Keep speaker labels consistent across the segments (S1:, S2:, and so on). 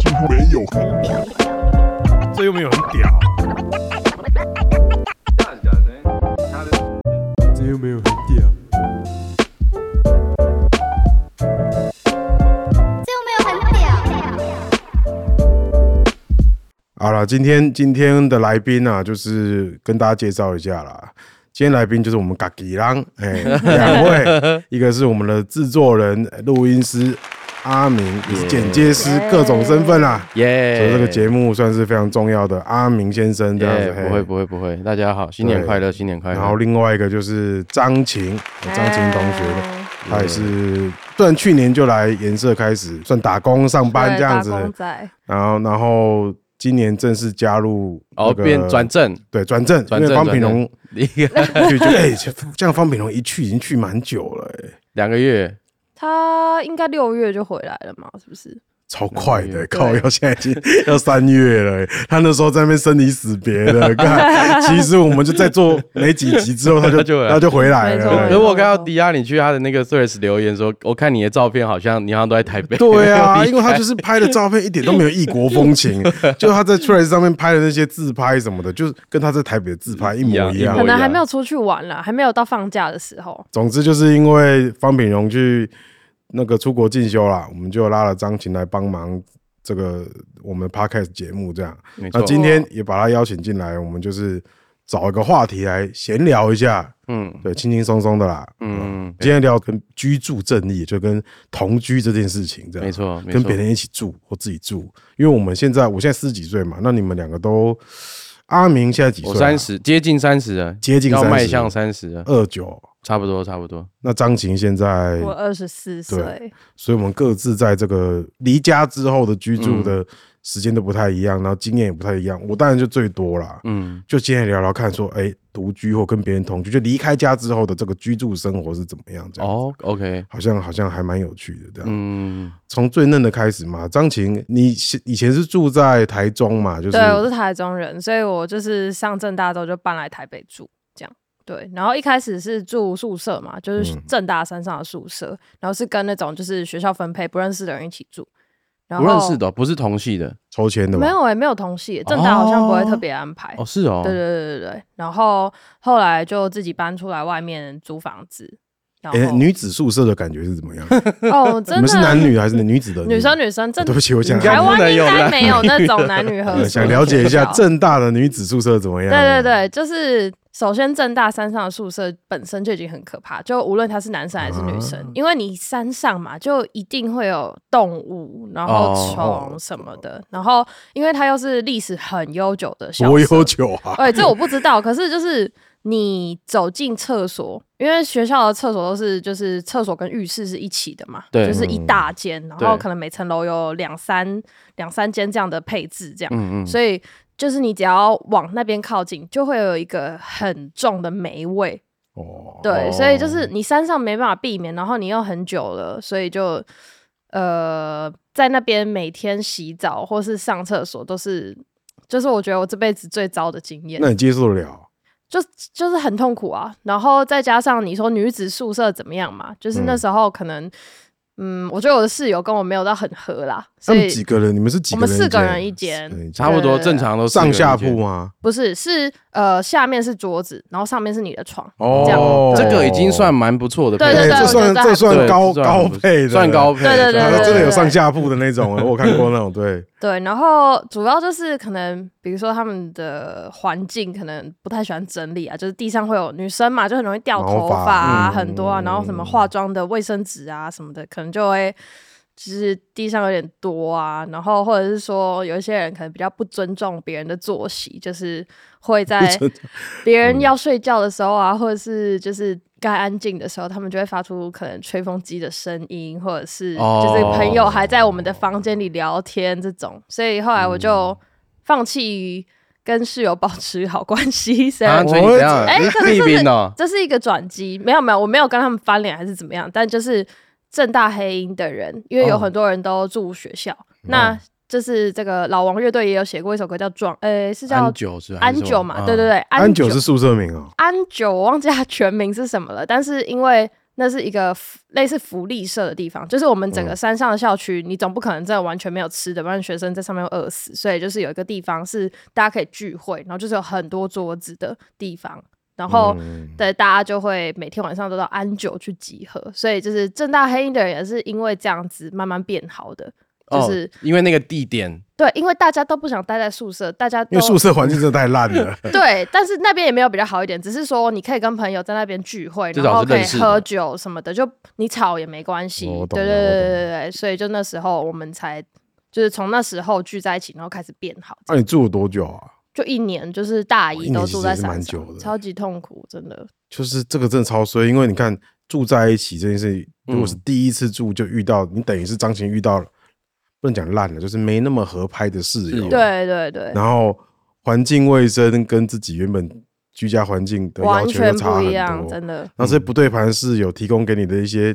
S1: 几乎没有。
S2: 这又没有很屌，
S3: 这又没有很屌，
S4: 这又没有很屌。
S1: 好了，今天今天的来宾啊，就是跟大家介绍一下啦。今天来宾就是我们嘎吉郎， 哎，两位，一个是我们的制作人、录音师阿明，也是剪接师，各种身份啦、啊。所
S5: 耶！
S1: 以这个节目算是非常重要的，阿明先生这样
S5: 耶
S1: 子，嘿
S5: 不会不会不会，大家好，新年快乐，新年快乐。
S1: 然后另外一个就是张晴，哦张
S6: 哎
S1: 晴同学，他也是虽然去年就来颜色开始算打工上班这样子，
S6: 对打工仔
S1: 然后然后今年正式加入、那
S5: 哦，
S1: 个
S5: 变转正，
S1: 对转正，
S5: 转
S1: 因为
S5: 正
S1: 方品
S5: 转
S1: 龙
S5: 一个
S1: 去就哎、这样方品龙一去已经去蛮久了、哎
S5: 两个月，
S6: 他应该六月就回来了嘛，是不是？
S1: 超快的、
S5: 对
S1: 靠！要现在已经 要三月了、哎他那时候在那边生离死别的，看，其实我们就在做没几集之 后，他就
S5: 他就回来
S1: 就回来了
S6: 没错
S1: 哎
S6: 没
S5: 可
S6: 错
S5: 是我看到迪亚你去他的那个 Threads 留言说，我看你的照片好像你好像都在台北。
S1: 对啊，
S5: 没有
S1: 因为他就是拍的照片一点都没有异国风 情，就他在 t r a c e 上面拍的那些自拍什么的，就是跟他在台北的自拍一模一
S5: 一样
S1: 样
S5: 一
S6: 可。
S5: 模
S6: 能还没有出去玩啦，还没有到放假的时候。
S1: 总之就是因为方炳荣去那个出国进修啦，我们就拉了张琴来帮忙这个我们 podcast 节目这样。
S5: 没错
S1: 那，今天也把他邀请进来，我们就是找一个话题来闲聊一下，
S5: 嗯
S1: 对，轻轻松松的啦。
S5: 嗯，
S1: 今天聊跟居住正义，就跟同居这件事情，这样
S5: 没错没
S1: 跟别
S5: 错。
S1: 人一起住或自己住，因为我们现在我现在四十几岁嘛，那你们两个都，阿明现在几岁、啊
S5: 我三，十，接近三十了，
S1: 接近呃
S5: 要
S1: 30
S5: 迈向三十了，
S1: 二九，
S5: 差不多差不多。
S1: 那张琴现在，
S6: 我二十四岁，
S1: 所以我们各自在这个离家之后的居住
S5: 嗯
S1: 的时间都不太一样，然后经验也不太一样。我当然就最多啦，
S5: 嗯，
S1: 就今天聊聊看说，哎、独居或跟别人同居，就离开家之后的这个居住生活是怎么样？这样。
S5: 哦，OK，
S1: 好像好像还蛮有趣的，这样。
S5: 嗯，
S1: 从最嫩的开始嘛，张琴，你以前是住在台中嘛？就是
S6: 对我是台中人，所以我就是上正大之后就搬来台北住，这样。对，然后一开始是住宿舍嘛，就是
S1: 嗯
S6: 正大山上的宿舍，然后是跟那种就是学校分配不认识的人一起住。然
S5: 不
S6: 后
S5: 认识的哦，不是同系的，
S1: 抽签的嘛？
S6: 没有哎、没有同系耶，正大好像不会特别安排。
S5: 哦，是哦，
S6: 哎对对对对对，然后后来就自己搬出来外面租房子。然后、
S1: 哎、女子宿舍的感觉是怎么样？
S6: 哦，
S1: 你
S6: 真
S1: 们
S6: 的
S1: 是男女还是女子的？
S6: 女生女生正
S1: 哦对不起，我想
S5: 应该
S6: 台
S5: 不能
S6: 湾应
S5: 有
S6: 该
S5: 男
S6: 没有
S5: 女
S6: 那种 男女合
S1: 呃
S6: 宿，
S1: 想了解一下
S6: 学校
S1: 正大的女子宿舍怎么样？啊
S6: 对对，对，就是首先正大山上的宿舍本身就已经很可怕，就无论他是男生还是女生，
S1: 啊
S6: 因为你山上嘛，就一定会有动物，然后
S5: 哦
S6: 虫什么的，然后因为它又是历史很悠久的校
S1: 多
S6: 舍
S1: 悠久啊！
S6: 哎，这我不知道。可是就是你走进厕所，因为学校的厕所都是就是厕所跟浴室是一起的嘛，
S5: 对嗯
S6: 就是一大间，然后
S5: 对
S6: 可能每层楼有两三两三间这样的配置，这样，
S5: 嗯嗯，
S6: 所以就是你只要往那边靠近，就会有一个很重的霉味。
S1: 哦，
S6: 对，
S5: 哦
S6: 所以就是你山上没办法避免，然后你又很久了，所以就呃，在那边每天洗澡或是上厕所都是，就是我觉得我这辈子最糟的经验
S1: 那。你接受得了？
S6: 就就是很痛苦啊。然后再加上你说女子宿舍怎么样嘛，就是那时候可能，嗯我觉得我的室友跟我没有到很合啦，
S1: 他
S6: 所
S1: 们
S6: 以
S1: 几个人？你们是几个
S6: 我
S1: 人？
S6: 们四个人一间
S1: 四个人
S5: 差不多
S6: 对
S5: 正常都四个人一
S1: 上下
S5: 间
S1: 铺吗？
S6: 不是是呃下面是桌子，然后上面是你的床，这样
S1: 哦，
S5: 这个已经算蛮不错的配
S6: 对
S5: 置了，
S6: 对
S1: 哎
S6: 对
S1: 这
S6: 我觉
S1: 算
S6: 得这
S1: 这
S6: 还
S1: 算
S5: 对
S1: 高
S5: 这
S1: 高配的，
S5: 算高配，
S6: 对对对
S5: 算
S1: 他说
S5: 高配
S1: 真的有上下铺的那种， 我有看过那种，对，
S6: 对，然后主要就是可能，比如说他们的环境可能不太喜欢整理啊，就是地上会有女生嘛，就很容易掉
S1: 毛
S6: 头
S1: 发
S6: 发啊，
S1: 嗯
S6: 很多啊，然后什么化妆的卫生纸啊什么的，可能就会就是地上有点多啊，然后或者是说有一些人可能比较不尊重别人的作息，就是会在
S1: 尊
S6: 别人要睡觉的时候啊，或者是就是。该安静的时候，他们就会发出可能吹风机的声音，或者是就是
S5: 哦
S6: 朋友还在我们的房间里聊天这种，所以后来我就放弃跟室友保持好关系。虽
S5: 啊，
S6: 然
S1: 我
S5: 所以你怎样？
S6: 哎
S5: 你
S6: 这
S5: 是避
S6: 是
S5: 兵哦，
S6: 这是一个转机，没有没有，我没有跟他们翻脸还是怎么样，但就是正大黑鹰的人，因为有
S5: 哦
S6: 很多人都住学校，那就是这个老王乐队也有写过一首歌叫《壮》，呃，是叫
S5: 安久是吧
S6: 安久嘛，对对，对，
S1: 安九是宿舍名哦，
S6: 安久，我忘记他全名是什么了，但是因为那是一个福类似福利社的地方，就是我们整
S1: 嗯
S6: 个山上的校区，你总不可能真的完全没有吃的，不然学生在上面会饿死。所以就是有一个地方是大家可以聚会，然后就是有很多桌子的地方，然后、
S1: 嗯
S6: 对大家就会每天晚上都到安久去集合。所以就是正大黑鹰的人也是因为这样子慢慢变好的，就是、
S5: 哦、因为那个地 点，
S6: 对，因为大家都不想待在宿舍，大家
S1: 因
S6: 都
S1: 为宿舍环境真的太烂了，
S6: 对，但是那边也没有比较好一点，只是说你可以跟朋友在那边聚会，
S5: 至少
S6: 然后
S5: 是
S6: 可以
S5: 认识的
S6: 喝酒什么的，就你吵也没关系。
S1: 哦我懂
S6: 对对
S1: 了我
S6: 对
S1: 懂
S6: 对对对，所以就那时候我们才就是从那时候聚在一起，然后开始变好，
S1: 那、你住了多久啊？
S6: 就一年就是大
S1: 哦一
S6: 一
S1: 年
S6: 都
S1: 其
S6: 住
S1: 实
S6: 在
S1: 也是蛮
S6: 山
S1: 久的
S6: 上，超级痛苦，真的。
S1: 就是这个真的超衰，因为你看住在一起这件事，
S5: 嗯
S1: 如果是第一次住就遇到，你等于是张琴遇到了，不能讲烂了，就是没那么合拍的室
S5: 室
S1: 友，
S5: 友
S6: 对对对，
S1: 然后环境卫生跟自己原本居家环境的要
S6: 完
S1: 求又
S6: 全
S1: 差
S6: 不
S1: 很
S6: 一样，
S1: 多，
S6: 真的。
S1: 然后这些不对盘的室友提供给你的一些，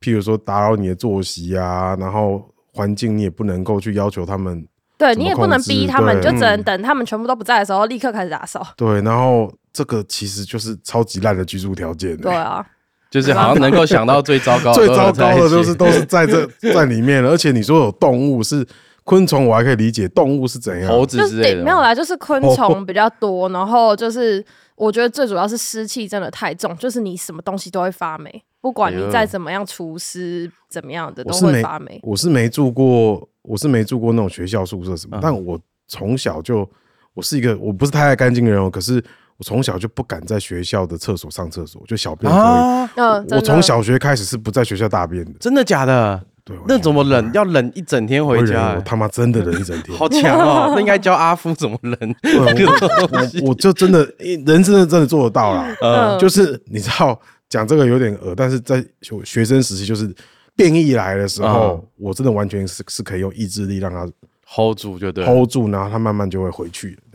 S1: 譬如说打扰你的作息啊，然后环境你也不能够去要求他们
S6: 对
S1: 怎
S6: 你
S1: 么
S6: 也不
S1: 控
S6: 能
S1: 制
S6: 逼他们，
S1: 对哎
S6: 就只能
S5: 嗯
S6: 等他们全部都不在的时候，立刻开始打扫。
S1: 对，然后这个其实就是超级烂的居住条件、欸，
S6: 对啊，
S5: 就是好像能够想到最糟糕的，
S1: 最糟糕的就是
S5: 都
S1: 都是在这在里面了，而且你说有动物是昆虫，我还可以理解，动物是怎样？
S5: 猴
S6: 就
S5: 子之
S6: 是
S5: 类
S6: 对
S5: 的，
S6: 没有，啦，就是昆
S1: 哦
S6: 虫比较多，然后就是我觉得最主要是湿气真的太重，就是你什么东西都会发霉，不管
S5: 哎
S6: 你
S5: 呦
S6: 再怎么样除湿怎么样的
S1: 我
S6: 都
S1: 是
S6: 会
S1: 没
S6: 发霉。
S1: 我是没住过，我是没住过那种学校宿舍
S6: 嗯
S1: 什么，但我从小就我是一个我不是太爱干净的人哦，可是我从小就不敢在学校的厕所上厕所，就小便可以。
S5: 啊，
S6: 嗯，
S1: 我
S6: 真
S1: 从
S6: 的。
S1: 小学开始是不在学校大便的，
S5: 真的假的？
S1: 对，
S5: 那怎么忍？
S1: 要
S5: 要忍一整天回家
S6: 欸
S1: 我，他妈真的忍 一整 天，
S5: 好强哦！那应该教阿夫怎么忍
S1: 对
S5: 这
S1: 我
S5: 个东 西。
S1: 我就真的人真的真的做得到啦。
S6: 嗯
S1: 就是你知道讲这个有点恶，但是在学学生时期，就是变异来的时候，
S5: 嗯
S1: 我真的完全是是可以用意志力让它
S5: hold 住就对了。
S1: hold 住，然后它慢慢就会回去。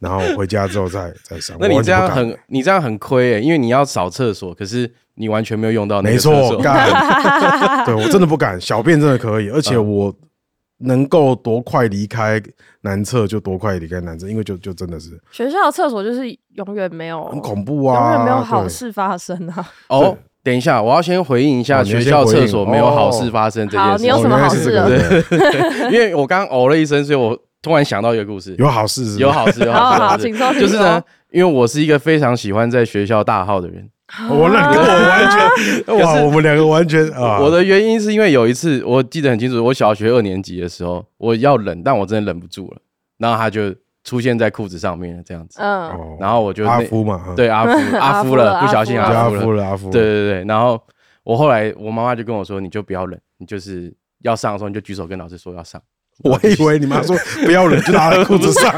S1: 然后回家之后再再上，
S5: 那
S1: 我
S5: 你
S1: 完
S5: 这
S1: 全
S5: 样
S1: 不敢
S5: 很，你这样很亏诶，因为你要扫厕所，可是你完全没有用到那
S1: 没
S5: 个厕
S1: 错，
S5: 所。嗯
S1: 干，对我真的不敢，小便真的可以，而且我能够多快离开男厕就多快离开男厕，因为就就真的是
S6: 学校的厕所就是永远没有，
S1: 很恐怖
S6: 永
S1: 啊，
S6: 远没有好
S1: 对
S6: 事发生啊！
S5: 哦，等一下，我要先回应一
S1: 哦
S5: 下
S1: 你先
S5: 学校
S1: 回应
S5: 厕所没有好事
S1: 哦
S5: 发生这件
S6: 好你
S5: 事
S6: 有
S1: 哦
S5: 情
S6: 什，么
S1: 原来
S6: 好
S1: 是
S6: 事啊
S1: 这个
S6: 了
S1: 对
S5: 因为我刚刚哦了一声，所以我突然想到一个故事。
S1: 有好事是不是
S5: 有好事，有
S6: 好
S5: 好事，
S6: 好
S5: 有
S6: 请说请
S5: 就是呢
S6: 说，
S5: 因为我是一个非常喜欢在学校大号的人。
S1: 我哦那你 跟我完全哇，我们两个完全啊，
S5: 我的原因是因为有一次，我记得很清楚，我小学二年级的时候，我要忍，但我真的忍不住了，然后他就出现在裤子上面了，这样子。
S6: 嗯，
S1: 哦
S5: 然后我就
S1: 阿
S5: 那
S1: 夫嘛，，嗯
S5: 对阿 夫阿
S6: 阿
S5: 夫
S6: 夫
S5: 了，
S6: 了
S5: 不小心
S1: 就
S6: 阿
S1: 阿
S5: 夫
S1: 夫
S5: 了。
S1: 了，阿夫
S5: 对对对，然后我后来我妈妈就跟我说，你就不要忍，你就是要上的时候你就举手跟老师说要上。
S1: 我以为你妈说不要忍，就拿在裤 子上，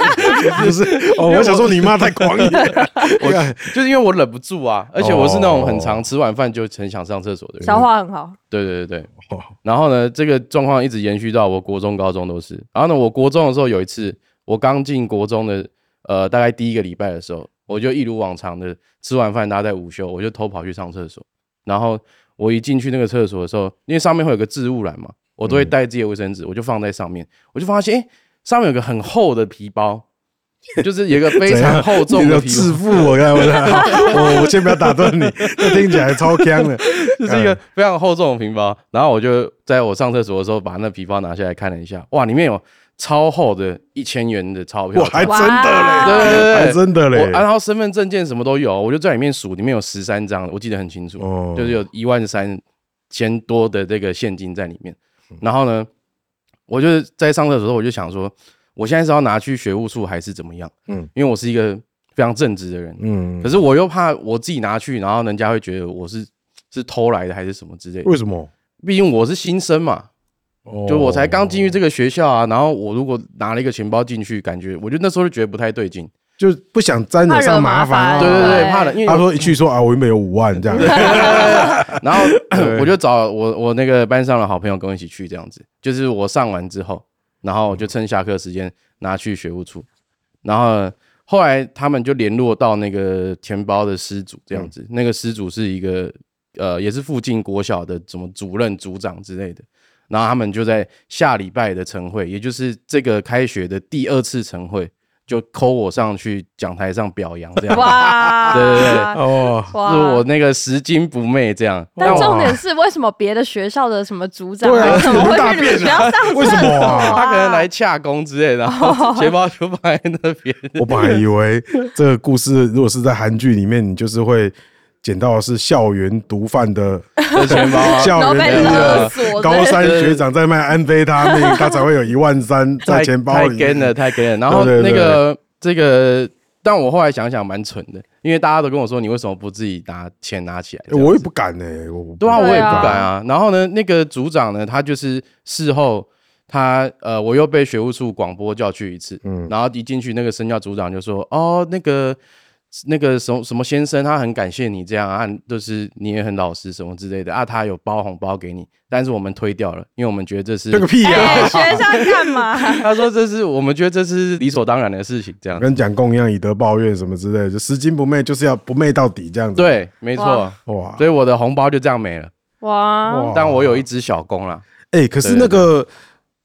S1: 不是哦，我想说你妈太狂野，我
S5: 就是因为我忍不住啊，而且我是那种很
S1: 哦
S5: 常吃完饭就很想上厕所的人。
S6: 消化很 好，
S5: 对对对对
S1: 哦。
S5: 然后呢，这个状况一直延续到我国中、高中都是。然后呢，我国中的时候有一次，我刚进国中的呃，大概第一个礼拜的时候，我就一如往常的吃完饭，大家在午休，我就偷跑去上厕所。然后我一进去那个厕所的时候，因为上面会有个置物篮嘛，我都会带自己的卫生纸，我就放在上面，我就发现哎、诶上面有个很厚的皮包。就是有一个非
S1: 怎样
S5: 常厚重
S1: 你
S5: 的
S1: 的
S5: 皮包，
S1: 自负，我看 我看，我我先不要打断你，这听起来超香的，
S5: 就是
S1: 嗯
S5: 一个非常厚重的皮包。然后我就在我上厕所的时候，把那皮包拿下来看了一下，哇，里面有超厚的一千元的钞票
S1: 我，哎还真
S6: 哇
S1: 的嘞，
S5: 对对对，
S1: 还真的
S5: 我啊
S1: 嘞，
S5: 然后身份证件什么都有，啊我就在里面数，里面有十三张，我记得很清楚，
S1: 哦
S5: 就是有一万三千多的这个现金在里面。
S1: 嗯
S5: 然后呢，我就是在上厕所的时候，我就想说，我现在是要拿去学务处还是怎么样？
S1: 嗯
S5: 嗯，因为我是一个非常正直的人，
S1: 嗯
S5: 可，是我又怕我自己拿去，然后人家会觉得我是是偷来的还是什么之类的。
S1: 为什么？
S5: 毕竟我是新生嘛，
S1: 哦
S5: 就我才刚进去这个学校啊，然后我如果拿了一个钱包进去，感觉我就那时候就觉得不太对劲，
S1: 就不想沾惹上麻烦，啊
S6: 怕惹麻烦
S5: 对对对，
S6: 对
S5: 怕了，因为
S1: 他说一去说啊，我原本有五万这样，
S5: 然后我就找我我那个班上的好朋友跟我一起去，这样子，就是我上完之后，然后我就趁下课时间拿去学务处，然后后来他们就联络到那个钱包的失主，这样子，那个失主是一个呃也是附近国小的什么主任、组长之类的，然后他们就在下礼拜的晨会，也就是这个开学的第二次晨会，就抠我上去讲台上表扬这样。
S6: 哇，
S5: 对对对
S1: 哦，
S6: 哇
S5: 是我那个拾金不昧这样，
S6: 但
S5: 我
S6: 重点是，为什么别的学校的什么组长
S1: 对啊
S6: 为什么会
S1: 大
S6: 去你们
S1: 便
S6: 学校上厕所？
S1: 为什么 啊
S5: 他可能来洽工之类的，然后 钱包就放在那边。
S1: 我本来以为这个故事如果是在韩剧里面，你就是会捡到的是校园毒贩的
S5: 钱包啊
S6: 然
S1: 校
S6: 后被
S1: 园
S6: 勒
S1: 的
S6: 索，
S1: 高三学长在卖安非他命，他才会有一万三 在
S5: 太
S1: 钱包
S5: 太
S1: 里。
S5: 干了，太干了。然后
S1: 对
S5: 那
S1: 对
S5: 个这个，但我后来想想蛮蠢的，因为大家都跟我说你为什么不自己拿钱拿起来？这样
S1: 我也
S5: 子
S1: 不敢呢、我
S5: 对啊，我
S6: 对
S5: 也不
S6: 啊
S5: 敢啊。然后呢，那个组长呢，他就是事后他呃，我又被学务处广播叫去一次，
S1: 嗯
S5: 然后一进去那个生教组长就说：“哦，那个那个什么什么先生，他很感谢你这样啊，就是你也很老实什么之类的啊，他有包红包给你，但是我们推掉了，因为我们觉得这是
S1: 这个屁啊呀、
S6: 哎，学校干嘛？
S5: 他说这是我们觉得这是理所当然的事情，这样 子
S1: 跟蒋公一样以德报怨什么之类的，就拾金不昧，就是要不昧到底这样子。，
S5: 对，没错
S6: 哇，
S1: 哇，
S5: 所以我的红包就这样没了，
S6: 哇，
S1: 哇
S5: 但我有一只小工啦。”
S1: 哎、可是
S5: 对
S1: 那个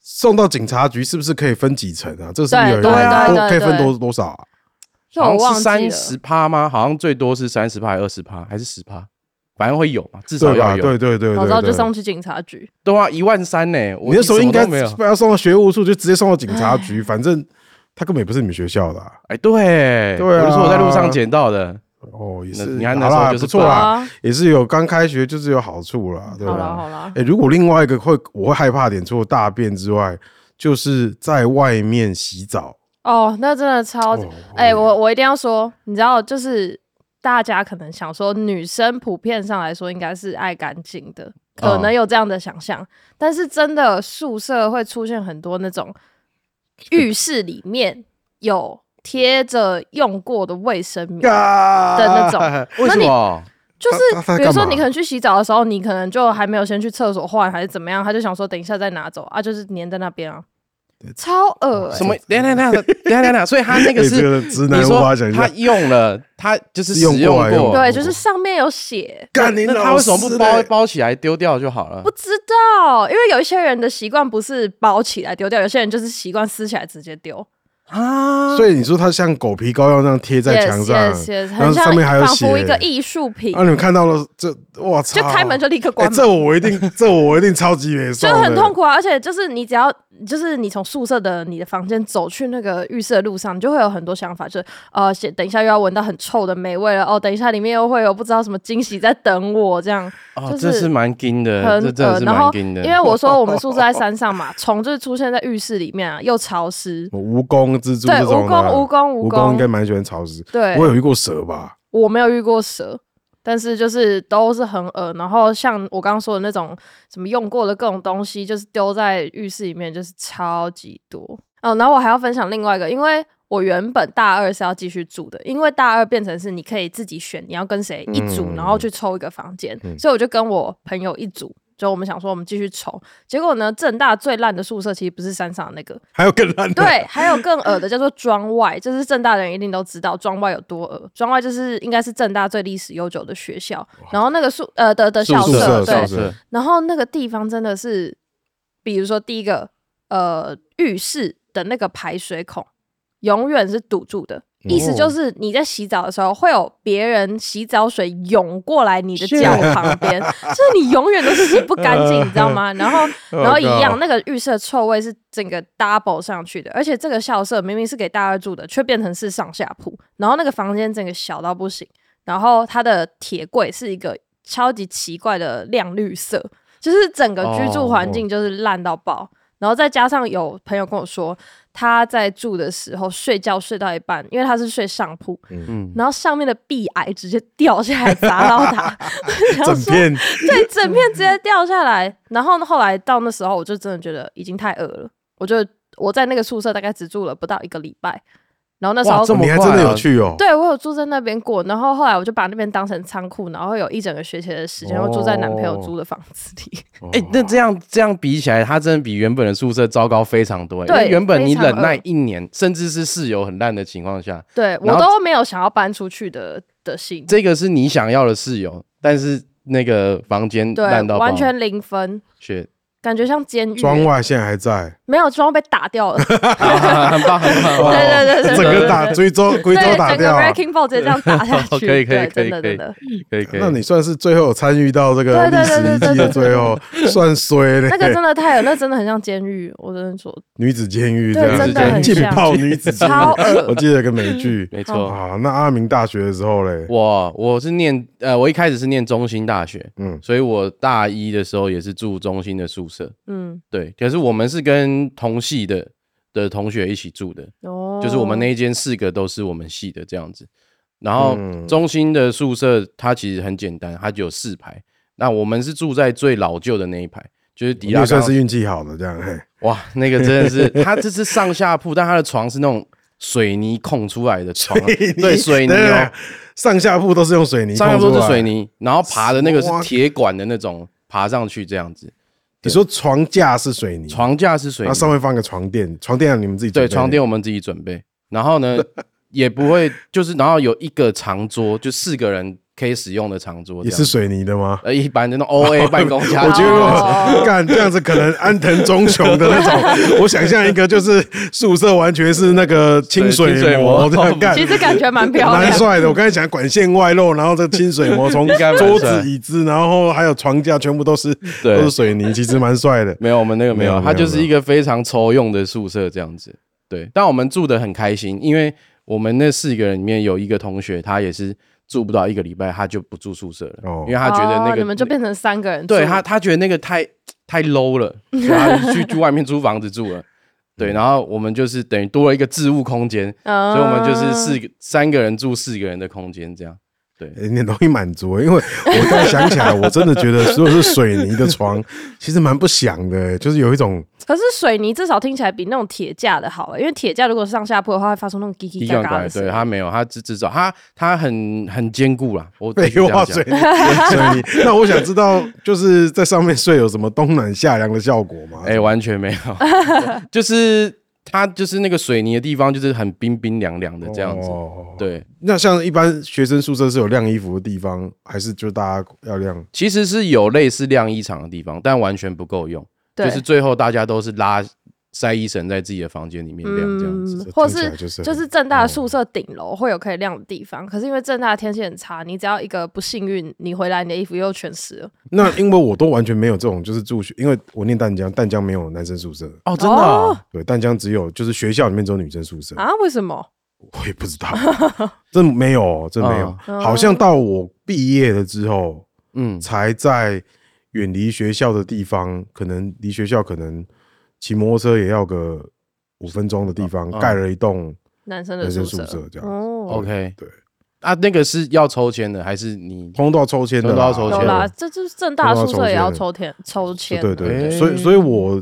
S1: 送到警察局是不是可以分几层啊？这是不是
S6: 对
S1: 有一
S6: 对
S1: 个
S6: 对
S1: 多
S6: 对
S1: 可以分
S6: 对
S1: 多多少啊？
S6: 这
S5: 好
S6: 我
S5: 像
S6: 忘
S5: 是
S6: 记
S5: 三
S6: 了。
S5: 十趴吗？好像最多是三十趴，还二十趴，还是十趴？反正会有嘛，至少
S1: 对
S5: 要
S1: 吧？
S5: 有。
S1: 对对对
S6: 早
S1: 对
S6: 知道就
S1: 对。
S6: 送去警察局。
S5: 对啊，一万三呢、我
S1: 你那时候
S5: 什么
S1: 应该
S5: 都没有。
S1: 不要送到学务处，就直接送到警察局，反正他根本也不是你们学校的啊、
S5: 哎，对，
S1: 对啊
S5: 我就说我在路上捡到的。
S1: 哦，也
S5: 那
S1: 是，
S5: 你看那
S1: 好
S5: 时候
S1: 啦
S5: 就是
S1: 不错
S5: 对
S1: 啦，
S6: 啊，
S1: 也是有刚开学就是有好处啦，对
S6: 好
S1: 吧
S6: 啦？好啦，
S1: 哎、如果另外一个会我会害怕点，除了大便之外，就是在外面洗澡。
S6: 哦，那真的超
S1: 哦
S6: 哎、我我一定要说，你知道，就是大家可能想说，女生普遍上来说应该是爱干净的，可能有这样的想象，但是真的宿舍会出现很多那种浴室里面有贴着用过的卫生棉。
S1: 啊
S6: 的那种
S5: 为
S6: 那
S5: 什
S6: 你
S5: 么？
S1: 他
S6: 就是
S1: 他在
S6: 比如
S1: 干
S6: 说
S1: 嘛
S6: 你可能去洗澡的时候，你可能就还没有先去厕所换还是怎么样，他就想说等一下再拿走啊，就是粘在那边啊，超
S1: 哦
S6: 恶、欸
S5: 什么？等一下等一下等一下等一下等一下，所以他那个
S1: 哎
S5: 是、
S1: 这个直男
S5: 你
S1: 无
S5: 说
S1: 法想
S5: 他
S1: 象。
S5: 用了，他就是
S1: 是
S5: 使
S1: 用
S5: 用
S1: 过啊用过
S6: 对，就是上面有血，
S1: 干你
S5: 那
S1: 老
S5: 他为什么
S1: 师
S5: 不包
S1: 嘞
S5: 包起来丢掉就好了
S6: 不？知道，因为有一些人的习惯不是包起来丢掉，有些人就是习惯撕起来直接丢。
S5: 啊，
S1: 所以你说它像狗皮膏药那样贴在墙上
S6: yes, yes, yes,
S1: 然后
S6: 很像
S1: 上面还有
S6: 仿
S1: 血，
S6: 佛一个艺术品，
S1: 啊，你们看到了这，我操！
S6: 就开门就立刻
S1: 哎
S6: 关门，
S1: 这我一定， 这我一定超级没受，
S6: 就很痛。苦啊。而且就是你只要就是你从宿舍的你的房间走去那个浴室的路上，你就会有很多想法，就是呃，先等一下又要闻到很臭的霉味了，哦，等一下里面又会有不知道什么惊喜在等我这样。
S5: 哦，
S6: 就是
S5: 这是蛮惊的，
S6: 很
S5: 这真的
S6: 呃
S5: 是
S6: 然后
S5: 蛮惊的。
S6: 因为我说我们宿舍在山上嘛， 虫就是出现在浴室里面啊，又潮湿。
S1: 蜈蚣、蜘蛛
S6: 对，
S1: 这
S6: 蜈
S1: 种的，啊
S6: 蚣，蜈蚣，
S1: 蜈
S6: 蜈
S1: 蚣
S6: 蚣
S1: 应该蛮喜欢潮湿。
S6: 对，
S1: 我有遇过蛇吧？
S6: 我没有遇过蛇，但是就是都是很恶。然后像我刚刚说的那种什么用过的各种东西，就是丢在浴室里面，就是超级多。哦，然后我还要分享另外一个，因为我原本大二是要继续住的，因为大二变成是你可以自己选你要跟谁一组，
S1: 嗯
S6: 然后去抽一个房间，
S1: 嗯
S6: 所以我就跟我朋友一组。就我们想说，我们继续抽，结果呢，正大最烂的宿舍其实不是山上的那个，
S1: 还有更烂的，
S6: 对，还有更恶的叫做庄外，就是正大的人一定都知道庄外有多恶。庄外就是应该是正大最历史悠久的学校，然后那个宿呃的的
S5: 宿
S6: 校
S1: 宿
S6: 舍
S1: 舍
S6: 对
S1: 校
S5: 宿
S1: 舍，
S5: 舍
S6: 然后那个地方真的是，比如说第一个呃浴室的那个排水孔永远是堵住的。
S1: 哦
S6: 意思就是你在洗澡的时候，会有别人洗澡水涌过来你的脚旁边， 就是你永远都洗不干净，你知道 吗？然后，
S1: Oh
S6: 然后一样，那个浴室的臭味是整个 double 上去的，而且这个校舍明明是给大二住的，却变成是上下铺，然后那个房间整个小到不行，然后它的铁柜是一个超级奇怪的亮绿色，就是整个居住环境就是烂到爆。然后再加上有朋友跟我说，他在住的时候睡觉睡到一半，因为他是睡上铺，
S5: 嗯，
S6: 然后上面的壁癌直接掉下来砸到他，然后
S1: 整
S6: 说
S1: 片
S6: 对，整片直接掉下来。然后后来到那时候，我就真的觉得已经太饿了，我就我在那个宿舍大概只住了不到一个礼拜，然后那时
S5: 哇
S6: 候
S5: 这么
S1: 你还
S5: 快
S1: 真的
S5: 啊
S1: 有去哦？
S6: 对我有住在那边过，然后后来我就把那边当成仓库，然后有一整个学期的时间，我住在男朋友租的房子里。
S1: 哦
S5: 哎、那这样这样比起来，它真的比原本的宿舍糟糕非常多、欸。因为
S6: 对
S5: 原本你
S6: 非常
S5: 忍耐
S6: 恶
S5: 一年，甚至是室友很烂的情况下，
S6: 对我
S5: 然后
S6: 都没有想要搬出去的的心，
S5: 这个是你想要的室友，但是那个房间
S6: 对
S5: 烂到，爆
S6: 完全零分。
S5: shit
S6: 感觉像监狱，
S1: 庄外现在还在，
S6: 没有庄被打掉 了，对
S5: 很棒很棒，
S1: 哦
S6: 对对对对，
S1: 整个
S6: 对
S1: 打
S6: 对
S1: 追州贵州打
S6: 整个
S1: 掉啊。
S6: Breaking Ball 直接这样打 下去，
S5: 哦可以可以
S6: 对
S5: 可以
S6: 真的
S5: 可以
S6: 真的。
S5: 可以可以。
S1: 那你算是最后有参与到这个历
S6: 对对
S1: 史遗
S6: 对对对
S1: 迹的最后，算衰嘞
S6: 那。个真的太恶，那真的很像监狱，我真的说
S1: 女子监狱
S6: 对
S1: 这样
S5: 真的很
S1: 劲
S6: 像
S1: 爆女子监
S6: 超
S1: 狱。
S6: 恶
S1: 我。记得有个美剧
S5: 没错，
S1: 啊，那阿明大学的时候嘞，
S5: 我我是念呃，我一开始是念中心大学，
S1: 嗯，
S5: 所以我大一的时候也是住中心的宿舍，
S6: 嗯，
S5: 对。可是我们是跟同系的的同学一起住的，
S6: 哦，
S5: 就是我们那一间四个都是我们系的这样子。然后
S1: 嗯
S5: 中心的宿舍它其实很简单，它只有四排。那我们是住在最老旧的那一排，就是
S1: 你
S5: 底
S1: 也
S5: 下
S1: 算
S5: 刚
S1: 是运气好的这样。嘿，
S5: 哇，那个真的是，它这是上下铺，但它的床是那种水泥空出来的床， 对水泥
S1: 对对 对
S5: 哦，
S1: 上下铺都是用水泥，
S5: 上下铺是水。泥，然后爬的那个是
S1: 哇
S5: 铁管的那种，爬上去这样子，
S1: 你说床架是水泥，
S5: 床架是水
S1: 然
S5: 泥
S1: 后，上面放个床垫，床垫啊你们自己
S5: 对，
S1: 准备
S5: 床垫我们自己准备，然后 呢也不会就是，然后有一个长桌，就四个人可以使用的长桌，
S1: 也是。水泥 的吗？
S5: 呃，一般的那 种 O A 办公家，
S1: 我觉得
S6: 哦
S1: 我干这样子可能安藤忠雄的那 种，我想象一个就是宿舍完全是那个清水
S5: 对清水
S1: 模
S5: 模
S1: 这样干，
S6: 其实感觉蛮漂亮
S1: 蛮
S6: 的，
S1: 帅的。我刚才讲管线外露，然后这清水模从
S5: 应该蛮帅
S1: 桌子、椅子，然后还有床架，全部都是
S5: 对
S1: 都是水泥，其实蛮帅的。
S5: 没有，我们那个没
S1: 没有
S5: 有，它
S1: 没有
S5: 就是一个非常抽用的宿舍这样子。对，但我们住的很开心，因为我们那四个人里面有一个同学，他也是住不到一个礼拜，他就不住宿舍了，
S1: 哦
S5: 因为他觉得那
S6: 哦
S5: 个
S6: 你们就变成三个人住，
S5: 对他他觉得那个太太 low 了，所以他就去去外面租房子住了。
S1: 嗯
S5: 对，然后我们就是等于多了一个置物空间，
S6: 嗯，
S5: 所以我们就是四个三个人住四个人的空间这样。
S1: 欸你很容易满足，因为我刚才想起来，我真的觉得如果是水泥的床，其实蛮不响的、欸就是有一种
S6: 可是水泥至少听起来比那种铁架的好、欸，因为铁架如果上下铺的话，会发出那种叽叽
S5: 一
S6: 嘎
S5: 样
S6: 嘎的声
S5: 对
S6: 音。
S5: 他没有，他至至少他他很很坚固啦。我必须这
S1: 废
S5: 样
S1: 话
S5: 讲
S1: 水泥水泥。那我想知道，就是在上面睡有什么冬暖夏凉的效果吗？
S5: 哎、完全没有，就是它就是那个水泥的地方，就是很冰冰凉凉的这样子。
S1: 哦
S5: 对，
S1: 那像一般学生宿舍是有晾衣服的地方，还是就大家要晾？
S5: 其实是有类似晾衣场的地方，但完全不够用，
S6: 对嗯
S5: 就是最后大家都是拉晒衣绳在自己的房间里面晾这样子。
S6: 嗯
S1: 这，
S6: 或
S1: 听起来
S6: 是
S1: 就是很
S6: 就是正
S5: 哦
S6: 大的宿舍顶楼会有可以晾的地方，可是因为正大的天气很差，你只要一个不幸运，你回来你的衣服又全湿了。
S1: 那因为我都完全没有这种，就是住学，因为我念淡江，淡江没有男生宿舍，
S5: 哦，真的哦、
S1: 对，淡江只有就是学校里面只有女生宿舍，
S6: 啊？为什么？
S1: 我也不知道， 真没有，真没有，
S6: 嗯
S1: 好像到我毕业了之后，
S5: 嗯，
S1: 才在远离学校的地方，可能离学校可能骑摩托车也要个五分钟的地方，
S5: 嗯
S1: 盖了一栋
S6: 男生的
S1: 男生宿
S6: 舍
S1: 舍这样，
S6: 哦，
S5: OK，
S1: 对
S5: 啊，那个是要抽签的，还是你？
S1: 通道抽签的
S5: 通
S1: 啦，
S5: 道抽
S6: 有
S5: 签
S6: 啦，这就是正大的宿舍也要
S1: 抽
S6: 抽签抽签，
S1: 对对对，
S5: 哎
S1: 所以所以我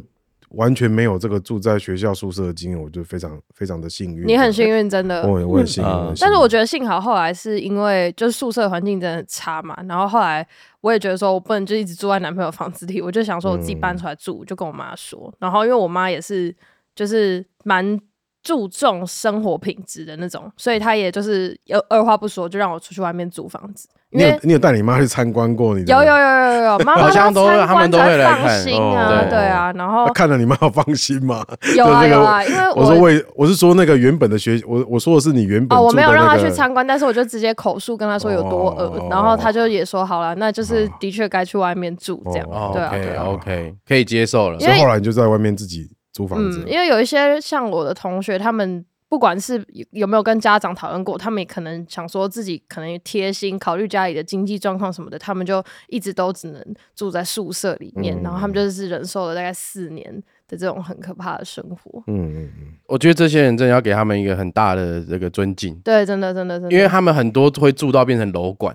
S1: 完全没有这个住在学校宿舍的经验，我就非常非常的幸运。
S6: 你很幸运，真的。
S1: 我很我很幸运，
S5: 嗯
S1: 很幸运
S6: 但是我觉得幸好后来是因为就是宿舍环境真的很差嘛，然后后来我也觉得说我不能就一直住在男朋友房子里，我就想说我自己搬出来住，就跟我妈说。然后因为我妈也是就是蛮注重生活品质的那种，所以她也就是二二话不说就让我出去外面租房子，因
S1: 你有
S6: 为。
S1: 你有带你妈去参观过你的
S6: 有有有有有有，妈妈
S5: 好像都
S6: 要参
S5: 他们
S6: 观
S5: 都会
S6: 才
S5: 来
S6: 放
S5: 看
S6: 心
S1: 哦
S6: 啊，
S1: 对
S6: 对啊，然后
S1: 那看了你妈有放心吗？
S6: 有啊
S1: 就这个
S6: 有啊，因为
S1: 我说为我是说那个原本的学，我我说的是你原本
S6: 哦，我
S1: 住
S6: 没有
S1: 的
S6: 让他
S1: 那
S6: 去
S1: 个
S6: 参观，但是我就直接口述跟他说有多饿，
S1: 哦
S6: 然后他就也说好了，那就是的确该去外面住这样，
S5: 哦
S6: 对啊，对
S5: OK
S6: 啊。
S5: OK，可以接受了
S6: 因
S1: 所
S6: 为。
S1: 以后来你就在外面自己租房子
S6: 嗯，，因为有一些像我的同学，他们不管是有有没有跟家长讨论过，他们也可能想说自己可能贴心，考虑家里的经济状况什么的，他们就一直都只能住在宿舍里面，
S1: 嗯
S6: 然后他们就是忍受了大概四年的这种很可怕的生活。
S1: 嗯嗯嗯，
S5: 我觉得这些人真的要给他们一个很大的这个尊敬，
S6: 对，真的，真的，真的，
S5: 因为他们很多会住到变成楼管，